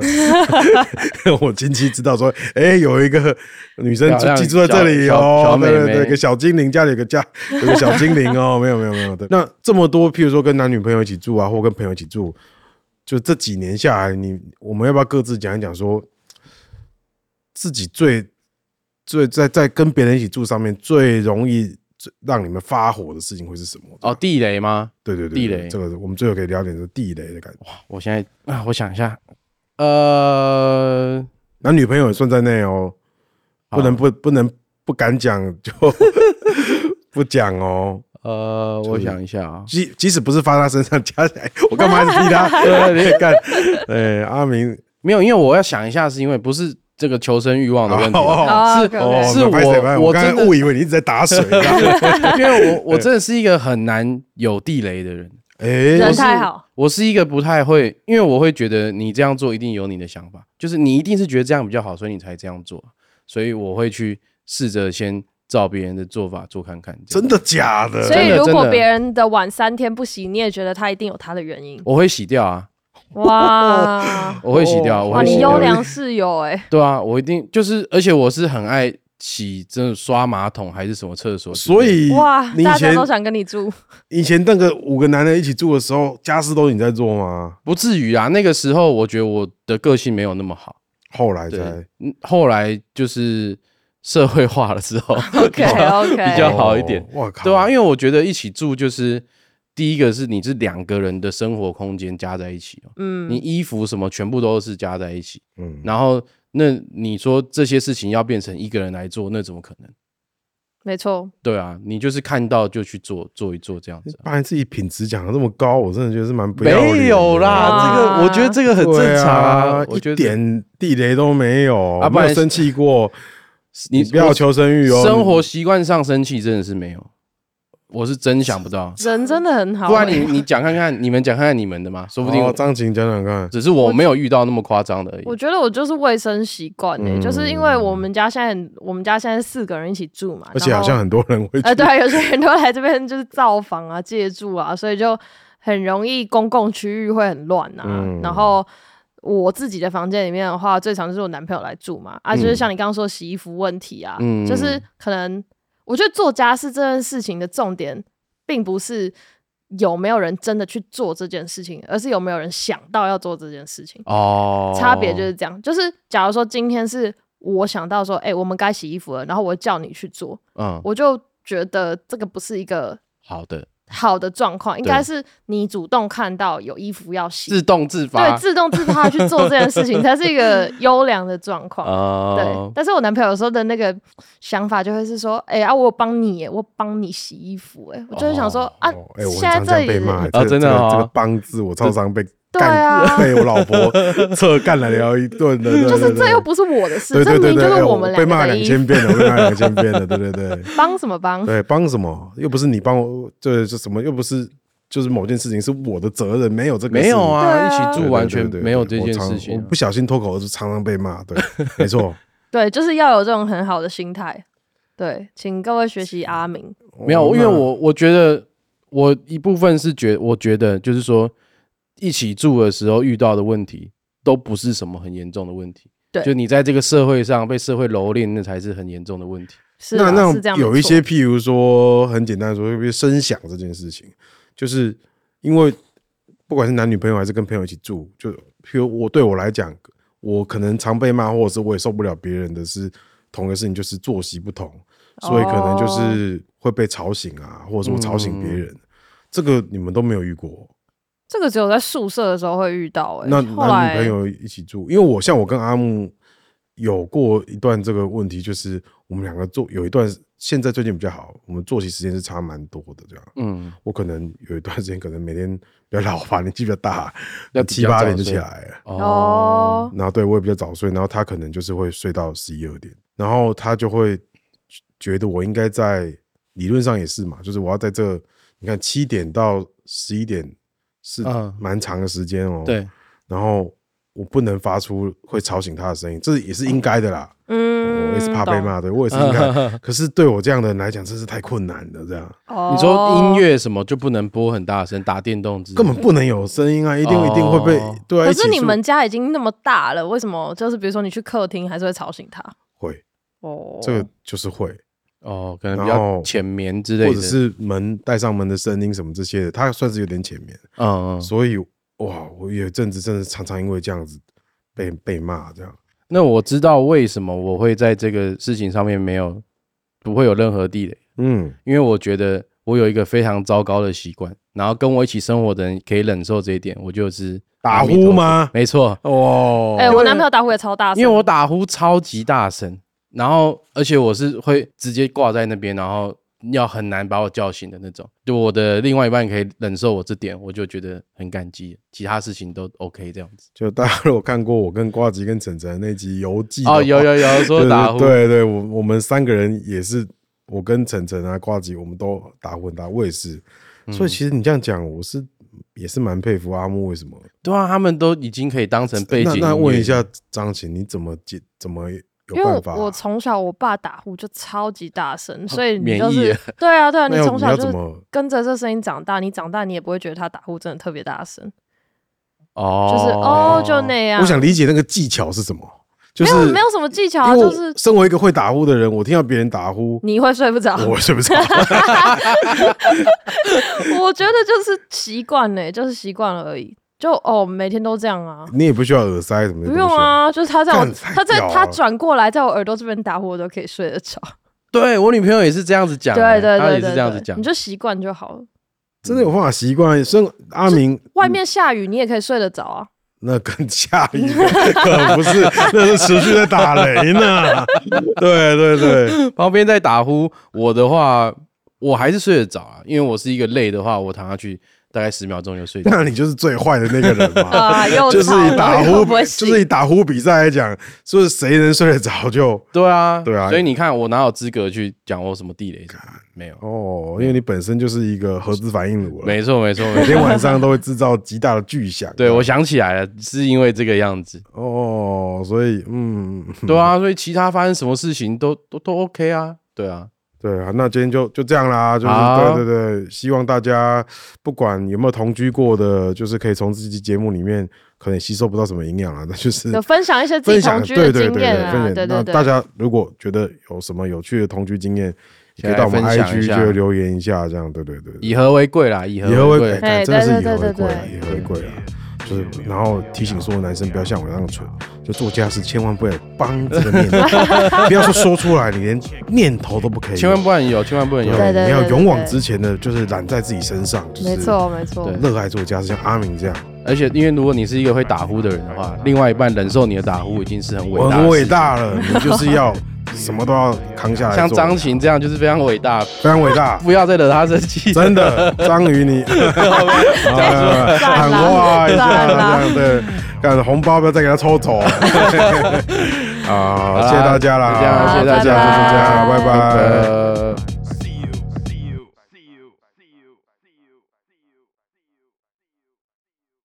S1: 我亲戚知道说，哎、有一个女生
S5: 漂亮
S1: 寄住在这里
S5: 小小
S1: 哦
S5: 小，妹
S1: 对
S5: 妹
S1: 对对，有个小精灵家里有个家有个小精灵哦，没有没有没有对。那这么多，譬如说跟男女朋友一起住啊，或跟朋友一起住，就这几年下来，你我们要不要各自讲一讲说自己最最在在跟别人一起住上面最容易最让你们发火的事情会是什么？
S5: 哦，地雷吗？
S1: 对对对，
S5: 地
S1: 对
S5: 雷
S1: 这个我们最后可以聊点是地雷的感觉，
S5: 我现在啊，我想一下，呃，
S1: 男女朋友也算在内哦，不能不不能不敢讲 就不讲哦。
S5: 呃，我想一下啊，
S1: 即即使不是发他身上，加起来我干嘛一直逼 他？对， 干，对，阿明，
S5: 没有，因为我要想一下，是因为不是这个求生欲望的问题，啊
S1: 哦
S6: 哦
S5: 是
S6: ，OK，OK
S5: 是
S1: 那不好意思
S5: 我
S1: 不好意思
S5: 我
S1: 我刚
S5: 真的
S1: 才误以为你一直在打 水。啊这样
S5: 因为我我真的是一个很难有地雷的人，
S1: 哎
S6: 人，太好，
S5: 我是一个不太会，因为我会觉得你这样做一定有你的想法，就是你一定是觉得这样比较好，所以你才这样做，所以我会去试着先照别人的做法做看看，这样
S1: 呃真的假的？
S6: 所
S5: 真
S6: 以
S5: 的
S6: 如果
S5: 真的
S6: 别人的碗三天不洗，你也觉得他一定有他的原因。
S5: 我会洗掉啊，
S6: 哇
S5: 我会洗掉，我
S1: 哦
S6: 哇，
S5: 会洗
S6: 你
S5: 掉
S6: 优良室 友哎、
S5: 对啊，我一定就是，而且我是很爱洗，真的刷马桶还是什么厕所之类的，
S1: 所以
S6: 哇，
S1: 你以
S6: 大家
S1: 前
S6: 都想跟你住，
S1: 以前那个五个男人一起住的时候，家事都是你在做吗？
S5: 不至于啊。那个时候我觉得我的个性没有那么好，
S1: 后来
S5: 对
S1: 才，
S5: 嗯后来就是社会化了之 后
S6: OK，OK
S5: 比较好一点
S1: 哦，我靠，
S5: 对啊，因为我觉得一起住就是第一个是你是两个人的生活空间加在一起哦，你
S6: 嗯，
S5: 衣服什么全部都是加在一起，
S1: 嗯，
S5: 然后那你说这些事情要变成一个人来做，那怎么可能？
S6: 没错，
S5: 对啊，你就是看到就去做做一做这样子啊、
S1: 把你自己品质讲的这么高，我真的觉得是蛮不要脸的哦
S5: 没有啦，
S6: 哇
S5: 这个我觉得这个很正
S1: 对
S5: 常
S1: 啊，
S5: 我觉得
S1: 一点地雷都没有，
S5: 啊不
S1: 没
S5: 然
S1: 有生气过，
S5: 你
S1: 你不要求生欲哦，
S5: 生活习惯上生气真的是没有，我是真想不到。
S6: 人真的很好、
S5: 不然
S6: 欸。
S5: 你你讲看看，你们讲看看你们的嘛，说
S1: 说
S5: 不定我
S1: 哦张琴讲讲看，
S5: 只是我没有遇到那么夸张的而已。
S6: 我觉得我就是卫生习惯哎，
S1: 嗯
S6: 就是因为我们家现在很我们家现在四个人一起住嘛，
S1: 而且
S6: 然
S1: 好
S6: 后
S1: 像很多人会
S6: 呃
S1: 去
S6: 对啊，有些人都来这边就是造访啊、借住啊，所以就很容易公共区域会很乱啊。
S1: 嗯
S6: 然后我自己的房间里面的话，最常就是我男朋友来住嘛，啊，就是像你刚刚说洗衣服问题啊，
S5: 嗯
S6: 就是可能我觉得做家事这件事情的重点，并不是有没有人真的去做这件事情，而是有没有人想到要做这件事情。
S5: 哦，
S6: 差别就是这样，就是假如说今天是我想到说，哎、我们该洗衣服了，然后我叫你去做，
S5: 嗯，
S6: 我就觉得这个不是一个
S5: 好的，
S6: 好的状况，应
S5: 对
S6: 该是你主动看到有衣服要洗，
S5: 自动自发
S6: 对，自动自发地去做这 件事情，才是一个优良的状况。对
S5: 哦，，
S6: 但是我男朋友有时候的那个想法就会是说，哎、啊，我帮你耶，我帮你洗衣服，哎，我就会想说、
S1: 哦，
S6: 啊
S1: 哎，我很
S6: 现在
S1: 常这
S6: 这
S1: 样被
S6: 里
S1: 骂，
S5: 啊
S1: 这个
S5: 真的
S1: 这个
S5: 哦
S1: 这个帮字，我超常被
S6: 对啊
S1: 干 被我老婆侧干了聊一顿的，对
S6: 就是这又。不是我的事，这明明就是
S1: 哎
S6: 们
S1: 被
S6: 两
S1: 骂
S6: 个的
S1: 两
S6: 衣
S1: 千
S6: 服，
S1: 遍了，我被骂两千遍了，对对对
S6: 帮什么帮？
S1: 对，帮什么？又不是你帮我，这这什么？又不是就是某件事情是我的责任，没有这个
S5: 没有
S1: 事情
S5: 啊，
S6: 对啊
S5: 一起
S1: 对
S5: 住
S1: 对
S5: 完
S1: 对
S5: 全
S1: 对
S5: 没有
S1: 对
S5: 这件
S1: 我常
S5: 事情
S1: 我
S5: 啊。
S1: 不小心脱口而出，常常被 骂。对，没错，
S6: 对，就是要有这种很好的心态。对，请各位学习阿明。
S5: 没有，
S1: 哦
S5: 因为
S1: 那
S5: 我我觉得我一部分是觉，我觉得就是说，一起住的时候遇到的问题都不是什么很严重的问题。
S6: 对
S5: 就你在这个社会上被社会蹂躏，那才是很严重的
S1: 嗯
S5: 问题。
S6: 是
S1: 那
S6: 啊是
S1: 那
S6: 这样，
S1: 有
S6: 没
S1: 一
S6: 错
S1: 些，譬如说，很简单地说，比如声响这件事情，就是因为不管是男女朋友还是跟朋友一起住，就譬如我对我来讲，我可能常被骂，或者是我也受不了别人的是同一个事情，就是作息不同，所以可能
S6: 哦
S5: 哦
S1: 就是会被吵醒啊，或者是我吵醒别
S5: 嗯
S1: 人。这个你们都没有遇过，
S6: 这个只有在宿舍的时候会遇到、
S5: 哎
S6: 欸。
S1: 那
S6: 后来
S1: 男女朋友一起住，因为我像我跟阿木有过一段这个问题，就是我们两个做有一段，现在最近比较好，我们作息时间是差蛮多的这样。
S5: 嗯，
S1: 我可能有一段时间，可能每天比较老吧，年纪比较大，
S5: 要比
S1: 七
S5: 较
S1: 八
S5: 早
S1: 点就
S5: 睡
S1: 起来了。
S6: 哦，
S1: 然后对我也比较早睡，然后他可能就是会睡到十一二点，然后他就会觉得我应该在理论上也是嘛，就是我要在这，你看七点到十一点是
S5: 嗯
S1: 蛮长的时间 哦。
S5: 对，
S1: 然后我不能发出会吵醒他的声音，这也是应该的啦。
S6: 嗯，
S1: 我也是怕被骂的，我也是应
S5: 嗯
S1: 该。可是对我这样的人来讲，真是太困难了。这样
S6: 懂。
S5: 你说音乐什么就不能播很大声，打电动之类的
S1: 根本不能有声音啊，一定
S5: 哦
S1: 一定会被对啊。
S6: 可
S1: 一起
S6: 是
S1: 住
S6: 你们家已经那么大了，为什么就是比如说你去客厅还是会吵醒他？
S1: 会
S6: 哦，
S1: 这个就是会，
S5: 哦，可能比
S1: 然
S5: 较
S1: 后
S5: 浅眠之类的，
S1: 或者是门带上门的声音什么这些的，他算是有点前面。
S5: 嗯，嗯
S1: 所以哇，我有一阵子真的常常因为这样子被
S5: 嗯
S1: 被骂这样。
S5: 那我知道为什么我会在这个事情上面没有不会有任何地雷，
S1: 嗯，
S5: 因为我觉得我有一个非常糟糕的习惯，然后跟我一起生活的人可以忍受这一点，我就是
S1: 打
S5: 阿弥陀
S1: 呼
S5: 佛
S1: 吗
S5: 没错，
S1: 哦，
S6: 哎、我男朋友打呼也超大声，
S5: 因为我打呼超级大声，然后而且我是会直接挂在那边，然后要很难把我叫醒的那种。就我的另外一半可以忍受我这点，我就觉得很感激，其他事情都 OK 这样子。
S1: 就大家如果看过我跟瓜吉跟晨晨那集游记的
S5: 哦，
S1: 话
S5: 有有有
S1: 对
S5: 说打呼，
S1: 对对，我我们三个人也是，我跟晨晨啊、瓜吉，我们都打混搭，我也是。
S5: 嗯
S1: 所以其实你这样讲，我是也是蛮佩服阿木为什么。
S5: 对啊，他们都已经可以当成背景
S1: 那
S5: 音乐
S1: 那问一下张琴，你怎么解？怎么有
S6: 因为
S1: 办法啊、
S6: 我我从小我爸打呼就超级大声，所以你
S5: 免
S6: 就
S5: 疫
S6: 是
S5: 了
S6: 对啊对啊，
S1: 那
S6: 你
S1: 要
S6: 从
S1: 你
S6: 小
S1: 要
S6: 就
S1: 怎
S6: 是
S1: 么
S6: 跟着这声音长大，你长大你也不会觉得他打呼真的特别大声，
S5: 哦，
S6: 就是哦就那样。
S1: 我想理解那个技巧是什么，就
S6: 没
S1: 是
S6: 有没有什么技巧啊，
S1: 因为
S6: 就
S1: 我
S6: 是
S1: 身为一个会打呼的人，我听到别人打呼，
S6: 你会睡不着。
S1: 我 睡不 着。
S6: 我觉得就是习惯呢，就是习惯了而已。就哦，每天都这样啊，
S1: 你也不需要耳塞什么的，
S6: 不用。啊。就是他在我
S1: 干太
S6: 他在
S1: 屌了
S6: 他转过来，在我耳朵这边打呼，我都可以睡得着。
S5: 对我女朋友也是这样子讲、
S6: 对对
S5: 她
S6: 对
S5: 也是
S6: 对，
S5: 这样子
S6: 对
S5: 讲
S6: 你，就习惯就好了。
S1: 真的有办法习惯。像阿明嗯
S6: 外面下雨，你也可以睡得着啊。
S1: 那跟下雨 可不是，那是持续在打雷呢。 对对对，
S5: 旁边在打呼，我的话我还是睡得着啊，因为我是一个累的话，我躺下去大概十秒钟就睡 着。
S1: 那你就是最坏的那个人嘛。
S6: 啊，又
S1: 就是
S6: 吵
S1: 以打
S6: 了
S1: 呼
S6: 又不 会，
S1: 就是以
S6: 醒
S1: 打呼比赛来讲，就是谁能睡得着就
S5: 对啊，
S1: 对啊
S5: 所以你看我哪有资格去讲我什么地雷什么的？没有，
S1: 哦，因为你本身就是一个核子反应炉了，
S5: 没错没错
S1: 每
S5: 没
S1: 天
S5: 错。
S1: 晚上都会制造极大的巨 响。啊
S5: 对，我想起来了，是因为这个样子。
S1: 哦，所以嗯，
S5: 对啊，所以其他发生什么事情都都都 OK 啊。对啊，
S1: 对啊，那今天就就这样啦，就是
S5: 好
S1: 对对对，希望大家不管有没有同居过的，就是可以从这期节目里面可能吸收不到什么营养啊， 那就是
S6: 有分享一些自己
S1: 分享
S6: 同居的
S1: 对对对
S6: 经
S1: 对
S6: 验啊，
S1: 分享
S6: 对
S1: 那
S6: 对对，
S1: 大家如果觉得有什么有趣的同居经验，也可以到我们
S5: 可以来分享一
S1: IG
S5: 下
S1: 就留言一下，这样对对对，
S5: 以和为贵啦，以
S1: 以和
S5: 和
S1: 为
S5: 为
S1: 贵，
S5: 贵。
S1: 看
S6: 哎
S1: 真的是以
S6: 对
S1: 和
S6: 对
S1: 为
S6: 对
S1: 贵啊，
S6: 对
S1: 以和为贵啊。就是，然后提醒所有男生不要像我那样蠢，就做家事千万不要帮这个念 头，不要说说出来，你连念头都不可以有，
S5: 千万不能有，千万不能有。
S6: 对
S1: 你要勇往直前的，就是揽在自己身上，就是
S6: 没错没错
S5: 对。
S1: 热爱做家，事，像阿明这样，
S5: 而且，因为如果你是一个会打呼的人的话，另外一半忍受你的打呼已经是很伟
S1: 我
S5: 大的事情，
S1: 很伟大了，你就是要什么都要扛下来做，
S5: 像张琴这样就是非常伟大，
S1: 非常伟大，
S5: 不要再惹他生气。
S1: 真的，章 鱼你哎啊喊话一下，这样对，干红包不要再给他 抽走。啊，谢谢大家啦，
S5: 就这样谢谢大家
S1: 就这样，拜拜。
S5: 呃